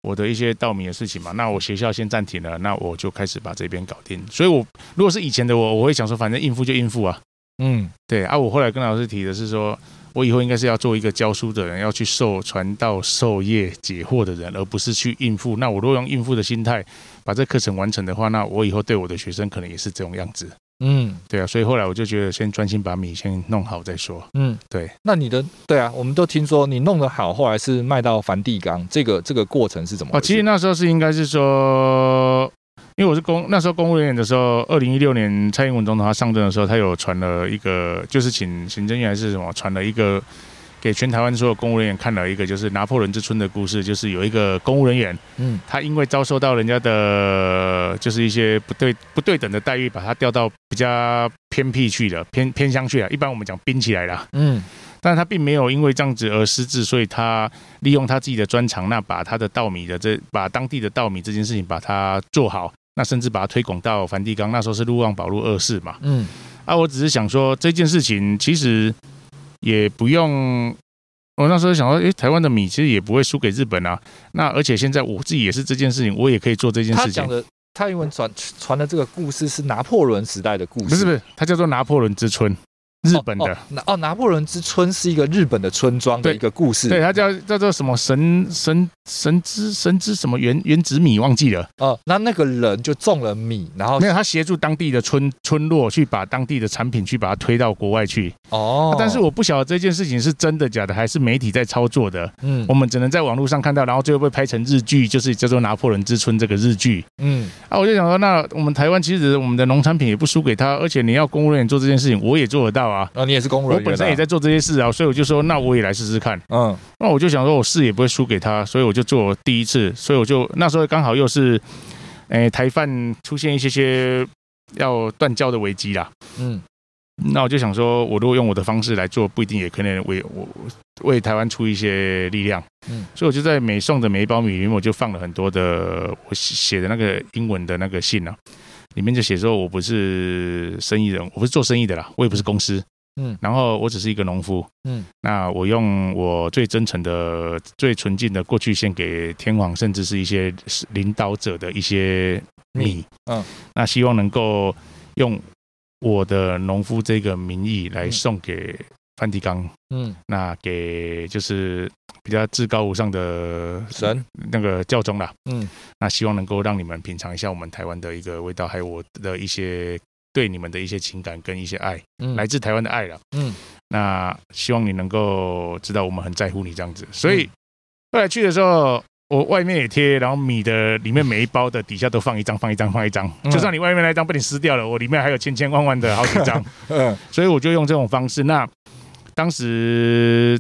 A: 我的一些稻米的事情嘛。那我学校先暂停了，那我就开始把这边搞定。所以我如果是以前的我，我会想说，反正应付就应付啊。
B: 嗯
A: 对啊，我后来跟老师提的是说，我以后应该是要做一个教书的人，要去授传道、授业解惑的人，而不是去应付。那我如果用应付的心态把这课程完成的话，那我以后对我的学生可能也是这种样子。
B: 嗯
A: 对啊，所以后来我就觉得先专心把米先弄好再说。
B: 嗯，
A: 对。
B: 那你的对啊，我们都听说你弄得好，后来是卖到梵蒂冈，这个这个过程是怎么回
A: 哦，
B: 事？
A: 其实那时候是应该是说，因为我是公那时候公务人员的时候，二零一六年蔡英文总统他上任的时候，他有传了一个，就是请行政院还是什么传了一个给全台湾所有公务人员看了一个，就是拿破仑之春的故事，就是有一个公务人员，
B: 嗯
A: 他因为遭受到人家的就是一些不对不对等的待遇，把他调到比较偏僻去了，偏偏乡去了，一般我们讲冰起来了。
B: 嗯
A: 但是他并没有因为这样子而失智，所以他利用他自己的专长，那把他的稻米的这把当地的稻米这件事情把它做好，那甚至把它推广到梵蒂冈，那时候是路望堡路二世嘛。
B: 嗯
A: 啊，我只是想说这件事情其实也不用。我那时候想说，诶、台湾的米其实也不会输给日本啊。那而且现在我自己也是这件事情，我也可以做这件
B: 他
A: 事情
B: 讲。的蔡英文传传的这个故事是拿破仑时代的故事，
A: 不是不是，它叫做拿破仑之春，日本的。
B: 哦哦拿哦拿破仑之春是一个日本的村庄的
A: 对
B: 一个故事，
A: 对，它叫叫做什么神神神之神之什么原原子米忘记了，
B: 哦，那那个人就种了米，然后
A: 没有，他协助当地的村村落去把当地的产品去把它推到国外去。
B: 哦，
A: 但是我不晓得这件事情是真的假的，还是媒体在操作的。
B: 嗯
A: 我们只能在网络上看到，然后最后被拍成日剧，就是叫做《拿破仑之春》这个日剧。
B: 嗯
A: 啊，我就想说，那我们台湾其实我们的农产品也不输给他，而且你要公务人员做这件事情，我也做得到啊。
B: 哦，你也是公务
A: 我
B: 人员啊，
A: 本身也在做这些事啊，所以我就说，那我也来试试看。
B: 嗯
A: 那我就想说，我试也不会输给他，所以我就做我第一次，所以我就那时候刚好又是，诶、台饭出现一些些要断交的危机啦。
B: 嗯
A: 那我就想说，我如果用我的方式来做，不一定也可能为我为台湾出一些力量。
B: 嗯
A: 嗯，所以我就在每送的每一包米里面，我就放了很多的我写的那个英文的那个信啊，里面就写说我不是生意人，我不是做生意的啦，我也不是公司，
B: 嗯
A: 然后我只是一个农夫。
B: 嗯
A: 那我用我最真诚的、最纯净的过去献给天皇，甚至是一些领导者的一些米。
B: 嗯，
A: 那希望能够用我的农夫这个名义来送给梵蒂冈，
B: 嗯
A: 那给就是比较至高无上的
B: 神
A: 那个教宗啦。
B: 嗯
A: 那希望能够让你们品尝一下我们台湾的一个味道，还有我的一些对你们的一些情感跟一些爱，
B: 嗯
A: 来自台湾的爱啦。
B: 嗯
A: 那希望你能够知道我们很在乎你这样子。所以
B: 嗯
A: 后来去的时候，我外面也贴，然后米的里面每一包的底下都放一张，放一张，放一张。
B: 嗯
A: 就算你外面那一张被你撕掉了，我里面还有千千万万的好几张。
B: 嗯
A: 所以我就用这种方式。那当时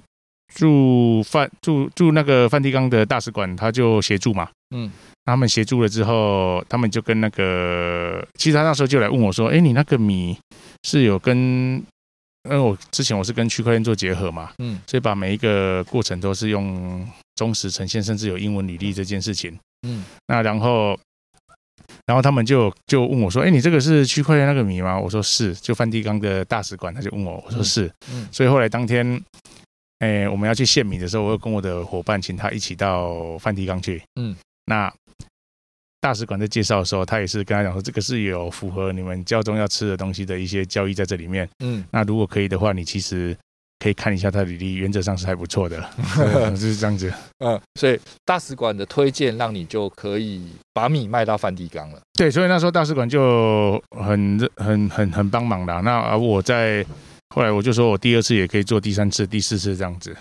A: 驻梵驻驻那个梵蒂冈的大使馆，他就协助嘛。
B: 嗯
A: 他们协助了之后，他们就跟那个，其实他那时候就来问我说：“哎、你那个米是有跟，因为我之前我是跟区块链做结合嘛，
B: 嗯
A: 所以把每一个过程都是用忠实呈现，甚至有英文履历这件事情。
B: 嗯
A: 那然后，然后他们就就问我说：“哎、你这个是区块链那个米吗？”我说：“是。”就梵蒂冈的大使馆他就问我，我说
B: 嗯
A: 是。
B: 嗯
A: 所以后来当天，哎、我们要去献米的时候，我又跟我的伙伴请他一起到梵蒂冈去。
B: 嗯，
A: 那大使馆在介绍的时候，他也是跟他讲说，这个是有符合你们教宗要吃的东西的一些交易在这里面。
B: 嗯
A: 那如果可以的话，你其实可以看一下它的履历，原则上是还不错 的，对就是这样子。
B: 嗯，所以大使馆的推荐让你就可以把米卖到梵蒂冈了。
A: 对，所以那时候大使馆就很很很很帮忙啦。那啊我在后来我就说我第二次也可以做第三次、第四次这样子。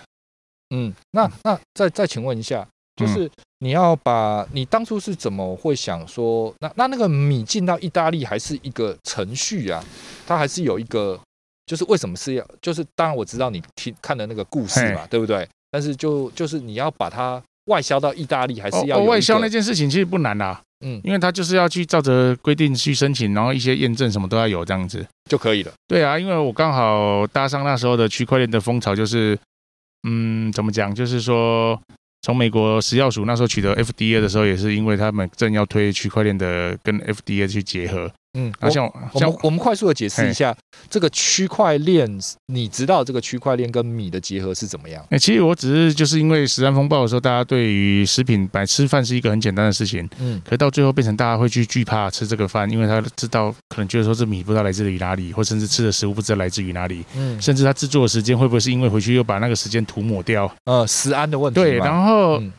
B: 嗯，那那再再请问一下，
A: 嗯
B: 就是你要把你当初是怎么会想说，那那那个米进到意大利还是一个程序啊？它还是有一个，就是为什么是要，就是当然我知道你听看的那个故事嘛，对不对？但是就就是你要把它外销到意大利，还是要有一个、
A: 哦外销那件事情其实不难啦，
B: 嗯
A: 因为他就是要去照着规定去申请，然后一些验证什么都要有这样子。
B: 就可以了。
A: 对啊，因为我刚好搭上那时候的区块链的风潮，就是嗯，怎么讲，就是说从美国食药署那时候取得 FDA 的时候，也是因为他们正要推区块链的跟 FDA 去结合。
B: 嗯，
A: 那啊像
B: 我
A: 像
B: 们我们快速的解释一下这个区块链，你知道这个区块链跟米的结合是怎么样？
A: 哎、其实我只是就是因为食安风暴的时候，大家对于食品买吃饭是一个很简单的事情，
B: 嗯
A: 可到最后变成大家会去惧怕吃这个饭，因为他知道可能觉得说这米不知道来自于哪里，或甚至吃的食物不知道来自于哪里，
B: 嗯
A: 甚至他制作的时间会不会是因为回去又把那个时间涂抹掉？
B: 呃，食安的问题嘛。
A: 对，然后、
B: 嗯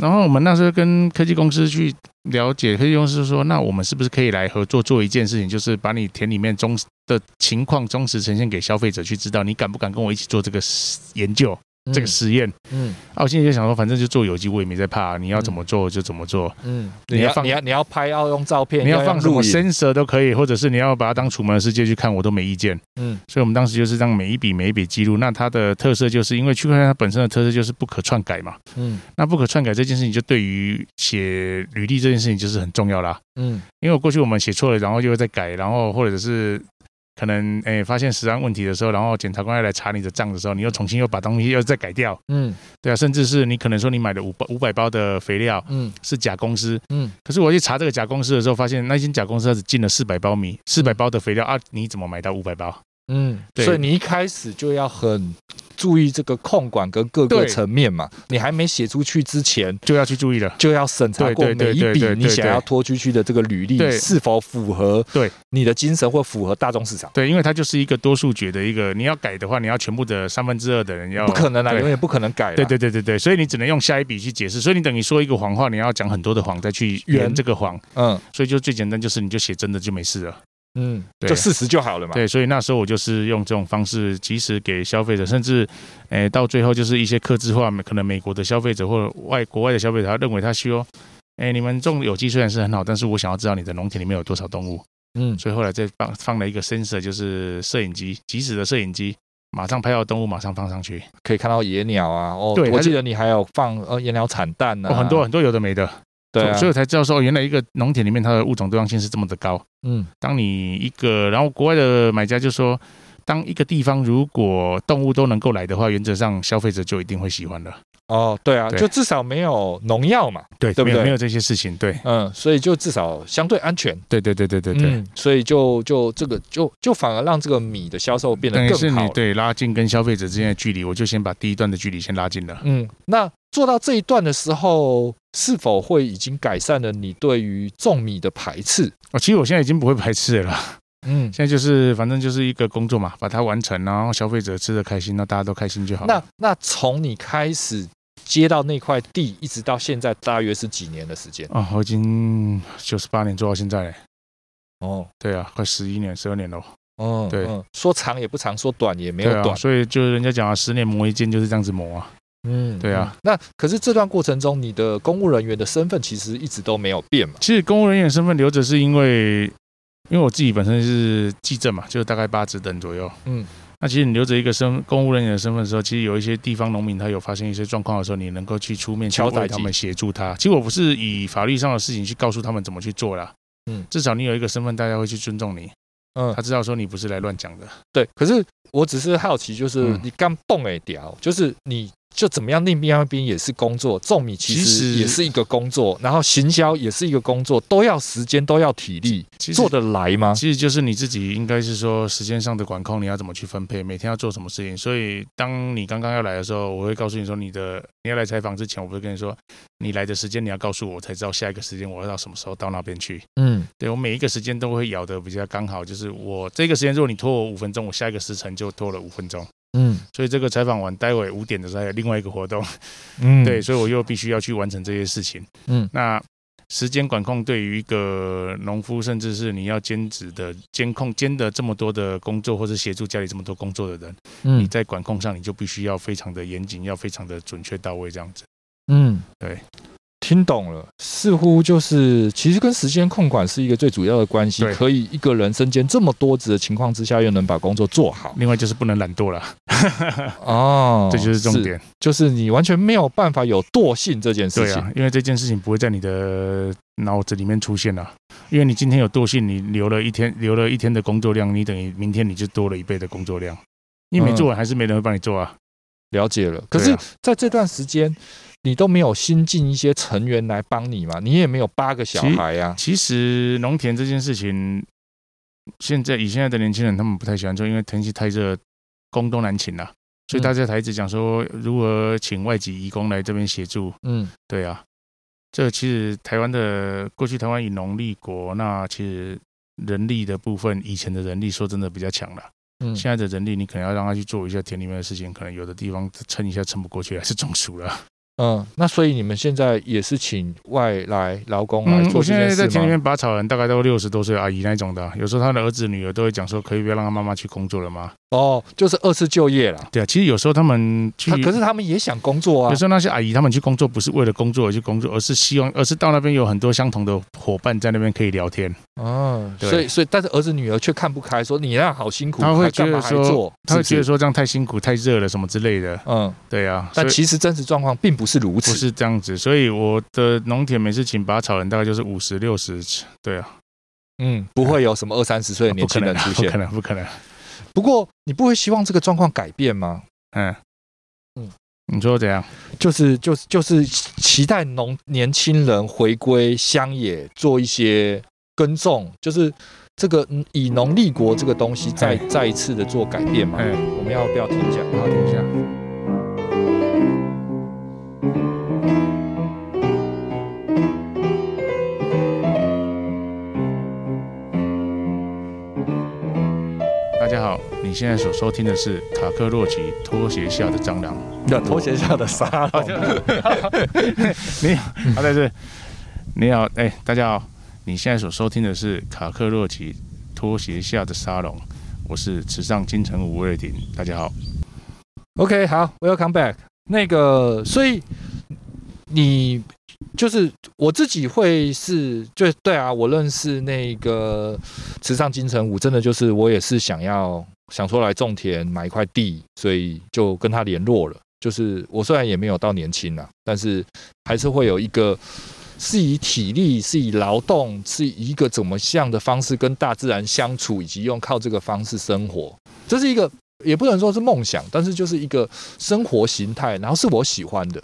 A: 然后我们那时候跟科技公司去了解，科技公司说，那我们是不是可以来合作做一件事情，就是把你田里面忠的情况忠实呈现给消费者去知道，你敢不敢跟我一起做这个实研究、这个实验？
B: 嗯
A: 啊，我心里就想说，反正就做有机，我也没在怕，你要怎么做就怎么做，
B: 嗯，
A: 你
B: 你
A: 要
B: 要
A: 放
B: 你要你要拍要用照片，
A: 你要
B: 要
A: 放
B: 用
A: 什么
B: 录影
A: sensor 都可以，或者是你要把它当楚门的世界去看，我都没意见。
B: 嗯
A: 所以我们当时就是让每一笔每一笔记录。那它的特色就是因为区块链它本身的特色就是不可篡改嘛，
B: 嗯
A: 那不可篡改这件事情就对于写履历这件事情就是很重要啦。
B: 嗯
A: 因为我过去我们写错了，然后就会再改，然后或者是可能诶、发现实案问题的时候，然后检察官要来查你的账的时候，你又重新又把东西又再改掉，
B: 嗯
A: 对啊，甚至是你可能说你买的五百五百包的肥料
B: 嗯
A: 是假公司，
B: 嗯
A: 可是我去查这个假公司的时候，发现那间假公司它只进了四百包米，四百包的肥料啊，你怎么买到五百包？
B: 嗯，
A: 对
B: 所以你一开始就要很注意这个控管跟各个
A: 对
B: 层面嘛。你还没写出去之前，
A: 就要去注意了。
B: 就要审查
A: 对
B: 过
A: 对
B: 每
A: 对
B: 一
A: 对
B: 笔
A: 对
B: 你
A: 对
B: 想
A: 对
B: 要拖出去的这个履历
A: 对
B: 是否符合
A: 对
B: 你的精神或符合大众市场。
A: 对，因为它就是一个多数决的一个，你要改的话，你要全部的三分之二的人要
B: 不可能啦，
A: 哦对
B: 永远不可能改啦。
A: 对对对对对，所以你只能用下一笔去解释，所以你等于说一个谎话，你要讲很多的谎再去圆
B: 圆
A: 这个谎，
B: 嗯
A: 所以就最简单就是你就写真的就没事了。
B: 嗯，
A: 对
B: 就事实就好了嘛。
A: 对，所以那时候我就是用这种方式，及时给消费者，甚至，诶、到最后就是一些客制化，可能美国的消费者或者外国外的消费者，他认为他需要，诶、你们种有机虽然是很好，但是我想要知道你的农田里面有多少动物，
B: 嗯
A: 所以后来再放放了一个 sensor，就是摄影机，即时的摄影机，马上拍到动物，马上放上去，
B: 可以看到野鸟啊，哦，
A: 对
B: 我
A: 它
B: 记
A: 是
B: 得你还有放呃野鸟产蛋呢、
A: 哦，很多很多有的没的，
B: 对啊，
A: 所以我才知道说，哦原来一个农田里面它的物种多样性是这么的高。
B: 嗯
A: 当你一个，然后国外的买家就说，当一个地方如果动物都能够来的话，原则上消费者就一定会喜欢了。
B: 哦对啊，
A: 对
B: 就至少没有农药嘛，
A: 对，
B: 对不
A: 没有
B: 对
A: 没有这些事情，对，
B: 嗯，所以就至少相对安全，
A: 对对对对对对，
B: 嗯，所以就就这个就就反而让这个米的销售变得
A: 等于是
B: 嗯更好
A: 你
B: 了，
A: 对拉近跟消费者之间的距离，我就先把第一段的距离先拉近了。
B: 嗯，那做到这一段的时候，是否会已经改善了你对于种米的排斥？
A: 哦，其实我现在已经不会排斥了啦，
B: 嗯，
A: 现在就是反正就是一个工作嘛，把它完成，然后消费者吃的开心，那大家都开心就好了。
B: 那那从你开始接到那块地，一直到现在，大约是几年的时间？
A: 啊、我已经九十八年做到现在了，
B: 哦，
A: 对啊，快十一年、十二年了。
B: 嗯，
A: 对
B: 嗯，说长也不长，说短也没有
A: 对啊，
B: 短，
A: 所以就是人家讲啊，十年磨一剑就是这样子磨啊。
B: 嗯，
A: 对啊
B: 嗯。那可是这段过程中，你的公务人员的身份其实一直都没有变嘛？
A: 其实公务人员身份留着是因为，因为我自己本身是技正嘛，就大概八职等左右。
B: 嗯，
A: 那其实你留着一个身公务人员的身份的时候，其实有一些地方农民他有发生一些状况的时候，你能够去出面去
B: 敲打
A: 为
B: 击
A: 他们协助他。其实我不是以法律上的事情去告诉他们怎么去做啦。
B: 嗯
A: 至少你有一个身份，大家会去尊重你。
B: 嗯
A: 他，知道说你不是来乱讲的。
B: 对。可是我只是好奇，就是
A: 嗯
B: 你刚蹦哎屌，就是你就怎么样，另边那边也是工作，种米其
A: 其
B: 实
A: 实
B: 也是一个工作，然后行销也是一个工作，都要时间，都要体力，
A: 其实
B: 做得来吗？
A: 啊其实就是你自己应该是说时间上的管控，你要怎么去分配，每天要做什么事情。所以当你刚刚要来的时候，我会告诉你说，你的你要来采访之前，我不是跟你说，你来的时间你要告诉我，我才知道下一个时间我要到什么时候到那边去。
B: 嗯
A: 对我每一个时间都会咬得比较刚好，就是我这个时间，如果你拖我五分钟，我下一个时辰就拖了五分钟。
B: 嗯
A: 所以这个采访完，待会五点的时候还有另外一个活动，
B: 嗯
A: 对，所以我又必须要去完成这些事情。
B: 嗯
A: 那时间管控对于一个农夫，甚至是你要兼职的监控兼的这么多的工作，或是协助家里这么多工作的人，你
B: 嗯
A: 在管控上你就必须要非常的严谨，要非常的准确到位这样子。
B: 嗯，
A: 对，
B: 听懂了，似乎就是其实跟时间控管是一个最主要的关系，
A: 对
B: 可以一个人身兼这么多职的情况之下，又能把工作做好
A: 另外就是不能懒惰了，
B: 哦，
A: 这就是重，点。
B: 就是你完全没有办法有惰性这件事
A: 对
B: 情
A: 啊，因为这件事情不会在你的脑子里面出现了，因为你今天有惰性，你留了一天，留了一天的工作量，你等于明天你就多了一倍的工作量。你没做完，还是没人会帮你做啊。
B: 了解了，嗯可
A: 对
B: 是
A: 啊
B: 在这段时间。你都没有新进一些成员来帮你嘛？你也没有八个小
A: 其实
B: 孩啊呀、
A: 其实农田这件事情，现在以现在的年轻人，他们不太喜欢做，因为天气太热，工都难请了、啊所以大家才一直讲说如何请外籍移工来这边协助。
B: 嗯
A: 对啊，这其实台湾的过去台湾以农立国，那其实人力的部分，以前的人力说真的比较强了，
B: 嗯，
A: 现在的人力你可能要让他去做一下田里面的事情，可能有的地方撑一下撑不过去，还是中暑了。
B: 嗯，那所以你们现在也是请外来劳工来
A: 嗯，
B: 做
A: 我
B: 这
A: 现
B: 件
A: 在
B: 事
A: 在
B: 吗？
A: 田里面拔草人，大概都六十多岁的阿姨那一种的啊，有时候他的儿子女儿都会讲说，可以不要让他妈妈去工作了吗？
B: 哦，就是二次就业啦。
A: 对啊，其实有时候他们去
B: 他。啊可是他们也想工作啊
A: 有时。候那些阿姨他们去工作，不是为了工作而去工作，而是希望，而是到那边有很多相同的伙伴在那边可以聊天。
B: 嗯，
A: 对
B: 所以所以，但是儿子女儿却看不开，说你那好辛苦，
A: 他会
B: 还干嘛
A: 觉得
B: 还
A: 说
B: 做？
A: 他会觉得
B: 是
A: 说这样太辛苦、太热了什么之类的
B: 不。是嗯，
A: 对啊，
B: 但
A: 所以
B: 其实真实状况并不是如
A: 不
B: 此。
A: 是这样子，所以我的农田每次请拔草人大概就是五十六十，对啊，
B: 嗯，不会有什么二三十岁的
A: 不
B: 年
A: 可
B: 轻
A: 能
B: 人
A: 啊，
B: 出
A: 不可
B: 现。
A: 能，不可能。
B: 不过，你不会希望这个状况改变吗？
A: 嗯
B: 嗯
A: 嗯，你说怎样？
B: 就是就是就是期待农年轻人回归乡野，做一些耕种，就是这个嗯以农立国这个东西再再一次的做改变嘛。
A: 嗯
B: 我们要不要听一下？
A: 好，等一下。大家好，你现在所收听的是塔克洛奇《拖鞋下的蟑螂》。
B: 那拖鞋下的沙
A: 好，就你好，
B: 嗯
A: 好在这，啊你好，哎、大家好，你现在所收听的是卡克洛奇拖鞋下的沙龙，我是池上金城武瑞鼎，大家好。
B: OK，好，Welcome back。那个，所以你就是我自己会是，就对啊，我认识那个池上金城武，真的就是我也是想要想说来种田买一块地，所以就跟他联络了。就是我虽然也没有到年轻啦，但是还是会有一个是以体力、是以劳动、是以一个怎么样的方式跟大自然相处，以及用靠这个方式生活，这是一个也不能说是梦想，但是就是一个生活形态，然后是我喜欢的。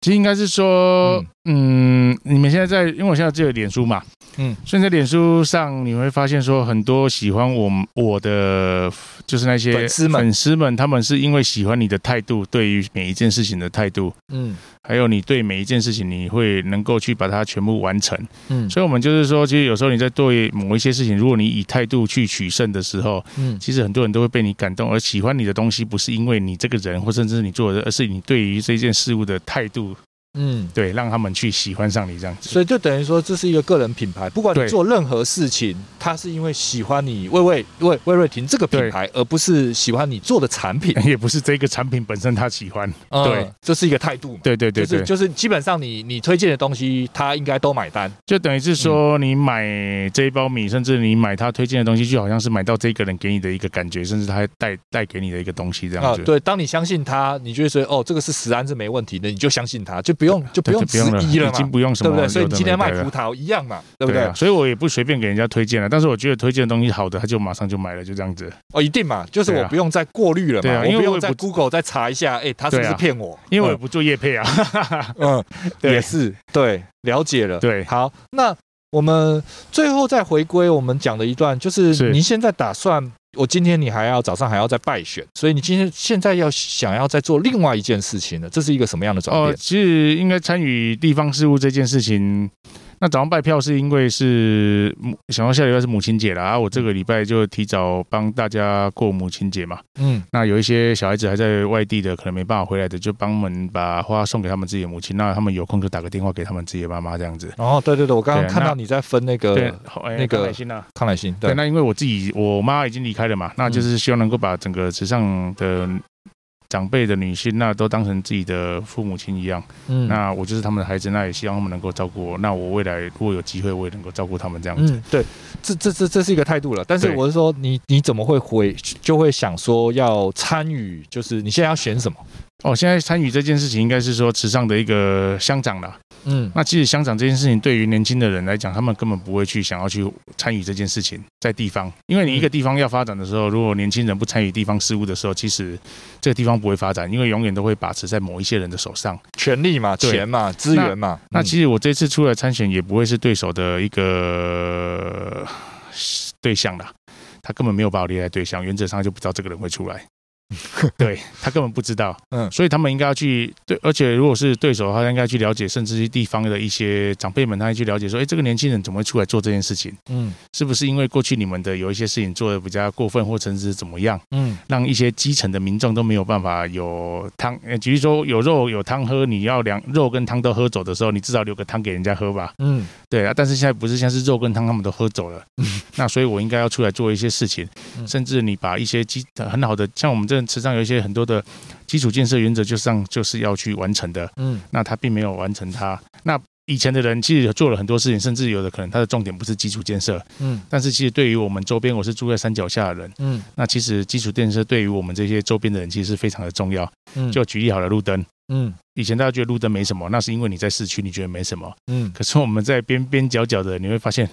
A: 其实应该是说，嗯你们现在在，因为我现在只有脸书嘛，
B: 嗯
A: 嗯，所以在脸书上你会发现说，很多喜欢我们我的，就是那些
B: 粉丝们
A: 粉丝们，他们是因为喜欢你的态度，对于每一件事情的态度，
B: 嗯
A: 还有你对每一件事情，你会能够去把它全部完成。
B: 嗯
A: 所以，我们就是说，其实有时候你在对某一些事情，如果你以态度去取胜的时候，
B: 嗯
A: 其实很多人都会被你感动，而喜欢你的东西，不是因为你这个人或甚至是你做的，而是你对于这件事物的态度，
B: 嗯，
A: 对，让他们去喜欢上你这样子。
B: 所以就等于说这是一个个人品牌，不管你
A: 对
B: 做任何事情，他是因为喜欢你魏魏魏魏瑞婷这个品
A: 对
B: 牌，而不是喜欢你做的产品。
A: 也不是这个产品本身他喜欢，
B: 嗯
A: 对，
B: 这是一个态度嘛。
A: 对对对
B: 就
A: 对，
B: 是
A: 就
B: 就是基本上你你推荐的东西，他应该都买单。
A: 等于是说，你买这一包米，甚至你买他推荐的东西，就好像是买到这个人给你的一个感觉，甚至他带带给你的一个东西这样
B: 啊
A: 子。，
B: 对，当你相信他，你就会说哦，这个是食安是没问题的，你就相信他，就不用就不
A: 对，
B: 用
A: 就
B: 质疑了
A: 已经
B: 嘛，
A: 不用什
B: 对
A: 么
B: 不
A: 有的没的了，
B: 对？所以你今天卖葡萄一样嘛，对不对？
A: 啊所以我也不随便给人家推荐了，但是我觉得推荐的东西好的，他就马上就买了，就这样子。
B: 哦，一定嘛，就是
A: 对
B: 我
A: 啊
B: 不用再过滤了嘛，
A: 对啊因为
B: 我不
A: 我
B: 用
A: 也
B: 在
A: 不
B: Google 再查一下，哎、他是
A: 对
B: 不是
A: 啊
B: 骗我？
A: 因为我也不做业配啊，
B: 嗯，嗯
A: 对
B: 也是 对，了解了。
A: 对
B: 好，那我们最后再回归我们讲的一段，就是
A: 是
B: 您现在打算，我今天你还要早上还要再败选，所以你今天现在要想要再做另外一件事情了，这是一个什么样的转
A: 哦，
B: 变？
A: 其实应该参与地方事务这件事情，那早上拜票是因为是母想要下礼拜是母亲节啦，啊，我这个礼拜就提早帮大家过母亲节嘛。
B: 嗯，
A: 那有一些小孩子还在外地的，可能没办法回来的，就帮忙把花送给他们自己的母亲。那他们有空就打个电话给他们自己的妈妈这样子。
B: 哦，对对对，我刚刚
A: 对
B: 看
A: 那
B: 到你在分那
A: 对
B: 个，
A: 好哎
B: 呃那个
A: 康乃馨呐
B: 康乃馨，
A: 对，
B: 对，嗯
A: 那因为我自己我妈已经离开了嘛，那就是希望能够把整个池上的长辈的女性，那都当成自己的父母亲一样。
B: 嗯
A: 那我就是他们的孩子，那也希望他们能够照顾我。那我未来如果有机会，我也能够照顾他们这样子。
B: 嗯，对，这这这这是一个态度了。但是
A: 对
B: 我是说你，你怎么会回就会想说要参与？就是你现在要选什么？
A: 哦，现在参与这件事情应该是说池上的一个乡长啦。
B: 嗯
A: 那其实乡长这件事情对于年轻的人来讲，他们根本不会去想要去参与这件事情，在地方，因为你
B: 嗯
A: 一个地方要发展的时候，如果年轻人不参与地方事务的时候，其实这个地方不会发展，因为永远都会把持在某一些人的手上。
B: 权力嘛，
A: 对
B: 钱嘛，资源嘛。
A: 那
B: 嗯
A: 其实我这次出来参选也不会是对手的一个对象啦，他根本没有把我列在对象，原则上就不知道这个人会出来。 对他根本不知道，
B: 嗯
A: 嗯，所以他们应该要去对，而且如果是对手的话，他应该去了解，甚至是地方的一些长辈们，他应该去了解说，哎，这个年轻人怎么会出来做这件事情？
B: 嗯
A: 是不是因为过去你们的有一些事情做的比较过分，或甚至是怎么样？
B: 嗯
A: 让一些基层的民众都没有办法有汤，呃，比如说有肉有汤喝，你要两肉跟汤都喝走的时候，你至少留个汤给人家喝吧。
B: 嗯
A: 对啊，但是现在不是，现在是肉跟汤他们都喝走了， 那所以我应该要出来做一些事情，
B: 嗯
A: 甚至你把一些基很好的，像我们这池上有一些很多的基础建设原则，就是上就是要去完成的，
B: 嗯
A: 那他并没有完成它。那以前的人其实做了很多事情，甚至有的可能他的重点不是基础建设，
B: 嗯
A: 但是其实对于我们周边，我是住在山脚下的人。
B: 嗯
A: 那其实基础建设对于我们这些周边的人其实是非常的重要。
B: 嗯，
A: 就举例好了，路灯。
B: 嗯
A: 以前大家觉得路灯没什么，那是因为你在市区，你觉得没什么。
B: 嗯
A: 可是我们在边边角角的，你会发现，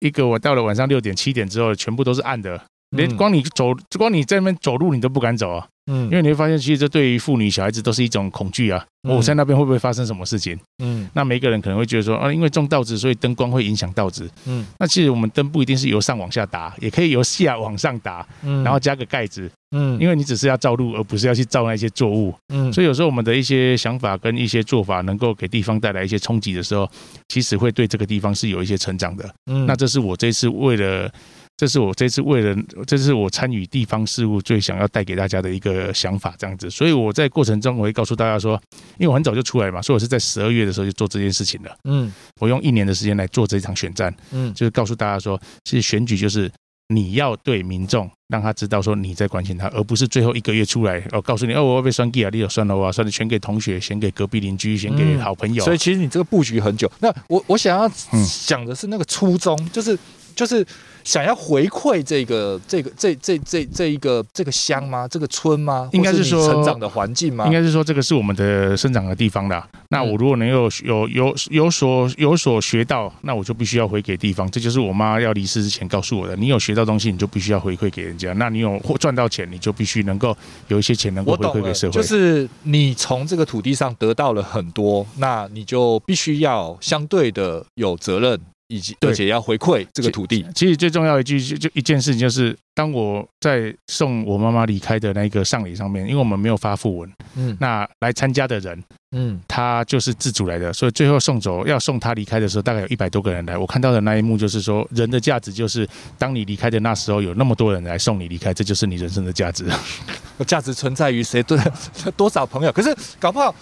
A: 一个我到了晚上六点、七点之后，全部都是暗的，连
B: 嗯
A: 光你走，光你在那边走路，你都不敢走啊，
B: 嗯，
A: 因为你会发现，其实这对于妇女、小孩子都是一种恐惧啊。
B: 嗯
A: 我在那边会不会发生什么事情？
B: 嗯
A: 那每一个人可能会觉得说，啊，因为种稻子，所以灯光会影响稻子。
B: 嗯
A: 那其实我们灯不一定是由上往下打，也可以由下往上打，
B: 嗯，
A: 然后加个盖子。
B: 嗯，
A: 因
B: 为
A: 为你只是要照路，而不是要去照那些作物。
B: 嗯
A: 所以有时候我们的一些想法跟一些做法，能够给地方带来一些冲击的时候，其实会对这个地方是有一些成长的。
B: 以
A: 那这是我这次为了，这是我这次为了，这是我参与地方事务最想要带给大家的一个想法，这样子。所以我在过程中，我会告诉大家说，因为我很早就出来嘛，所以我是在十二月的时候就做这件事情了。
B: 嗯
A: 我用一年的时间来做这一场选战，
B: 嗯
A: 就是告诉大家说，其实选举就是你要对民众让他知道说你在关心他，而不是最后一个月出来哦告诉你哦我要被算计啊，你有算了啊，算了，选给同学，选给隔壁邻居，选给
B: 嗯
A: 好朋友。
B: 所以其实你这个布局很久。那我我想要
A: 嗯
B: 想的是那个初衷，就是就是想要回馈这个这个这这这这一个这个乡吗？这个村吗？
A: 应该是
B: 或你
A: 说
B: 成长的环境吗？
A: 应该是说，这个是我们的生长的地方啦。
B: 嗯
A: 那我如果能有有有有所有所学到，那我就必须要回给地方。这就是我妈要离世之前告诉我的：你有学到东西，你就必须要回馈给人家；那你有获赚到钱，你就必须能够有一些钱能够
B: 我
A: 回
B: 懂
A: 馈
B: 了，
A: 给社会。
B: 就是你从这个土地上得到了很多，那你就必须要相对的有责任，以及
A: 对
B: 而且要回馈这个土地。
A: 其实最重要一句就就一件事情，就是当我在送我妈妈离开的那个丧礼上面，因为我们没有发讣文，
B: 嗯
A: 那来参加的人
B: 嗯
A: 他就是自主来的，所以最后送走要送他离开的时候，大概有一百多个人来。我看到的那一幕就是说，人的价值就是当你离开的那时候，有那么多人来送你离开，这就是你人生的价值。
B: 价值存在于谁多 多少朋友，可是搞不好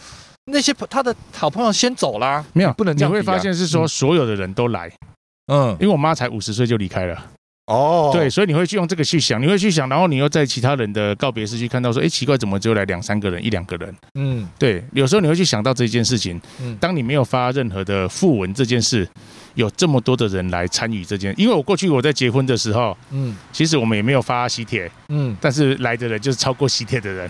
B: 那些他的好朋友先走啦。
A: 没有
B: 不能这样
A: 你会
B: 比啊
A: 发现是说
B: 嗯
A: 所有的人都来，
B: 嗯，
A: 因为我妈才五十岁就离开了。
B: 哦，
A: 对，，所以你会去用这个去想，你会去想，然后你又在其他人的告别式去看到说，哎，奇怪，怎么只有来两三个人，一两个人？
B: 嗯
A: 对，有时候你会去想到这件事情。
B: 嗯
A: 当你没有发任何的附文这件事，有这么多的人来参与这件，因为我过去我在结婚的时候，
B: 嗯
A: 其实我们也没有发喜帖，
B: 嗯，
A: 但是来的人就是超过喜帖的 人。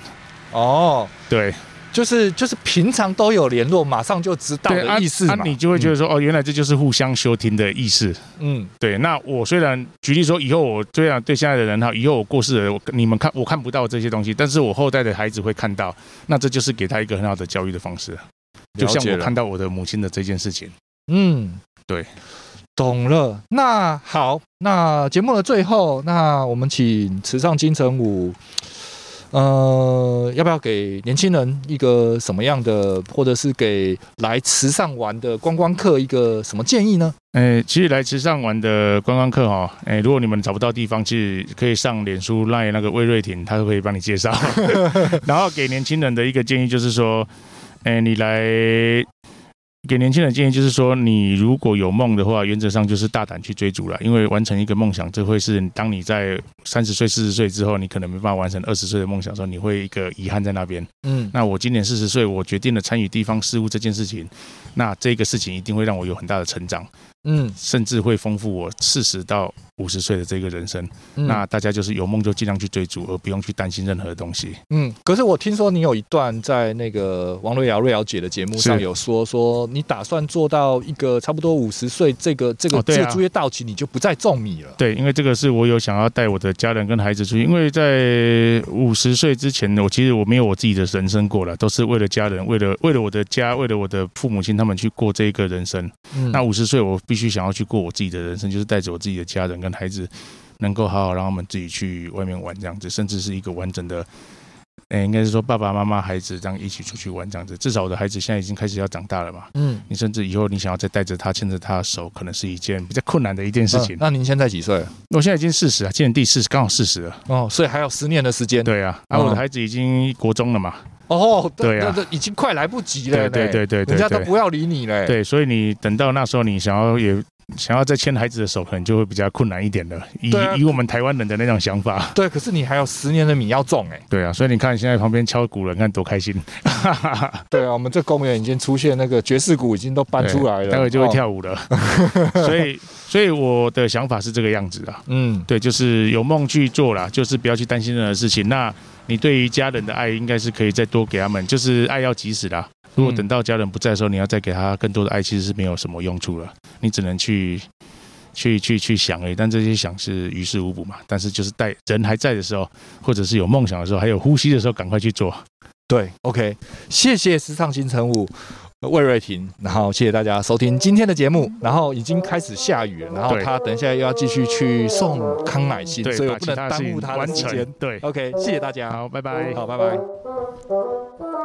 B: 哦，
A: 对
B: 就是就是平常都有联络，马上就知道
A: 对，
B: 的意思嘛。
A: 啊，你就会觉得说，哦，原来这就是互相休听的意思。
B: 嗯，
A: 对，那我虽然举例说，以后我虽然对现在的人哈，以后我过世了，我你们看我看不到这些东西，但是我后代的孩子会看到，那这就是给他一个很好的教育的方式，
B: 嗯
A: 就像我看
B: 到，
A: 到我的母亲的这件事情。
B: 嗯，
A: 对，
B: 懂了。那好，那节目的最后，那我们请池上金城武。呃，要不要给年轻人一个什么样的，或者是给来池上玩的观光客一个什么建议呢？
A: 诶、其实来池上玩的观光客哈、哦，诶、如果你们找不到地方，其实可以上脸书赖那个魏瑞婷，他都可以帮你介绍。 然后给年轻人的一个建议就是说，诶、你来给年轻人建议就是说，你如果有梦的话，原则上就是大胆去追逐了，因为完成一个梦想，这会是当你在三十岁、四十岁之后，你可能没办法完成二十岁的梦想的时候，你会一个遗憾在那边。
B: 嗯，
A: 那我今年四十岁，我决定了参与地方事务这件事情，那这个事情一定会让我有很大的成长。
B: 嗯，
A: 甚至会丰富我四十到五十岁的这个人生。
B: 嗯
A: 那大家就是有梦就尽量去追逐，而不用去担心任何东西。
B: 嗯，可是我听说你有一段在那个王瑞瑶瑞瑶姐的节目上
A: 是
B: 有说，说你打算做到一个差不多五十岁，这个这个、
A: 哦对
B: 这
A: 啊
B: 个租约到期，你就不再种米了。
A: 对，因为这个是我有想要带我的家人跟孩子出去，因为在五十岁之前，我其实我没有我自己的人生过了，都是为了家人，为了为了我的家，为了我的父母亲他们去过这个人生。
B: 嗯
A: 那五十岁我必须想要去过我自己的人生，就是带着我自己的家人跟孩子，能够好好让他们自己去外面玩这样子，甚至是一个完整的，哎、应该是说爸爸妈妈、孩子这样一起出去玩这样子。至少我的孩子现在已经开始要长大了嘛，
B: 嗯，
A: 你甚至以后你想要再带着他牵着他的手，可能是一件比较困难的一件事情
B: 嗯。那您现在几岁？
A: 我现在已经四十啊，今年第四十，刚好四十了。
B: 哦，所以还有十年的时间。
A: 对啊，啊，
B: 嗯
A: 我的孩子已经国中了嘛，
B: 哦，
A: 对啊
B: 那那已经快来不及了呢。
A: 对对对对对
B: 人家都
A: 对
B: 不要理你嘞。，
A: 对，所以你等到那时候，你想要也想要再牵孩子的手，可能就会比较困难一点了。以、
B: 对啊
A: 以我们台湾人的那种想法，
B: 对，可是你还有十年的米要种哎。
A: 对啊，所以你看现在旁边敲鼓了，你看多开心，
B: 对啊，我们这公园已经出现那个爵士鼓，已经都 搬出来了，
A: 对待会就会
B: 哦。
A: 跳舞了。 所以，所以我的想法是这个样子啊，
B: 嗯
A: 对，就是有梦去做啦，就是不要去担心任何事情。那你对于家人的爱，应该是可以再多给他们，就是爱要及时啦。如果
B: 嗯
A: 等到家人不在的时候，你要再给他更多的爱，其实是没有什么用处了。你只能去去去去想而已，但这些想是于事无补嘛。但是就是带人还在的时候，或者是有梦想的时候，还有呼吸的时候，赶快去做。
B: 对，OK，谢谢时尚新乘务呃魏瑞婷，然后谢谢大家收听今天的节目，然后已经开始下雨了，然后
A: 对
B: 他等一下又要继续去送康乃馨，
A: 对，
B: 所以我
A: 把
B: 不
A: 其
B: 能
A: 他的事
B: 耽误
A: 情
B: 他的
A: 完
B: 时间
A: 成。。对，
B: OK，谢谢大家，
A: 好，拜拜。
B: 好，拜拜。
C: Thank you.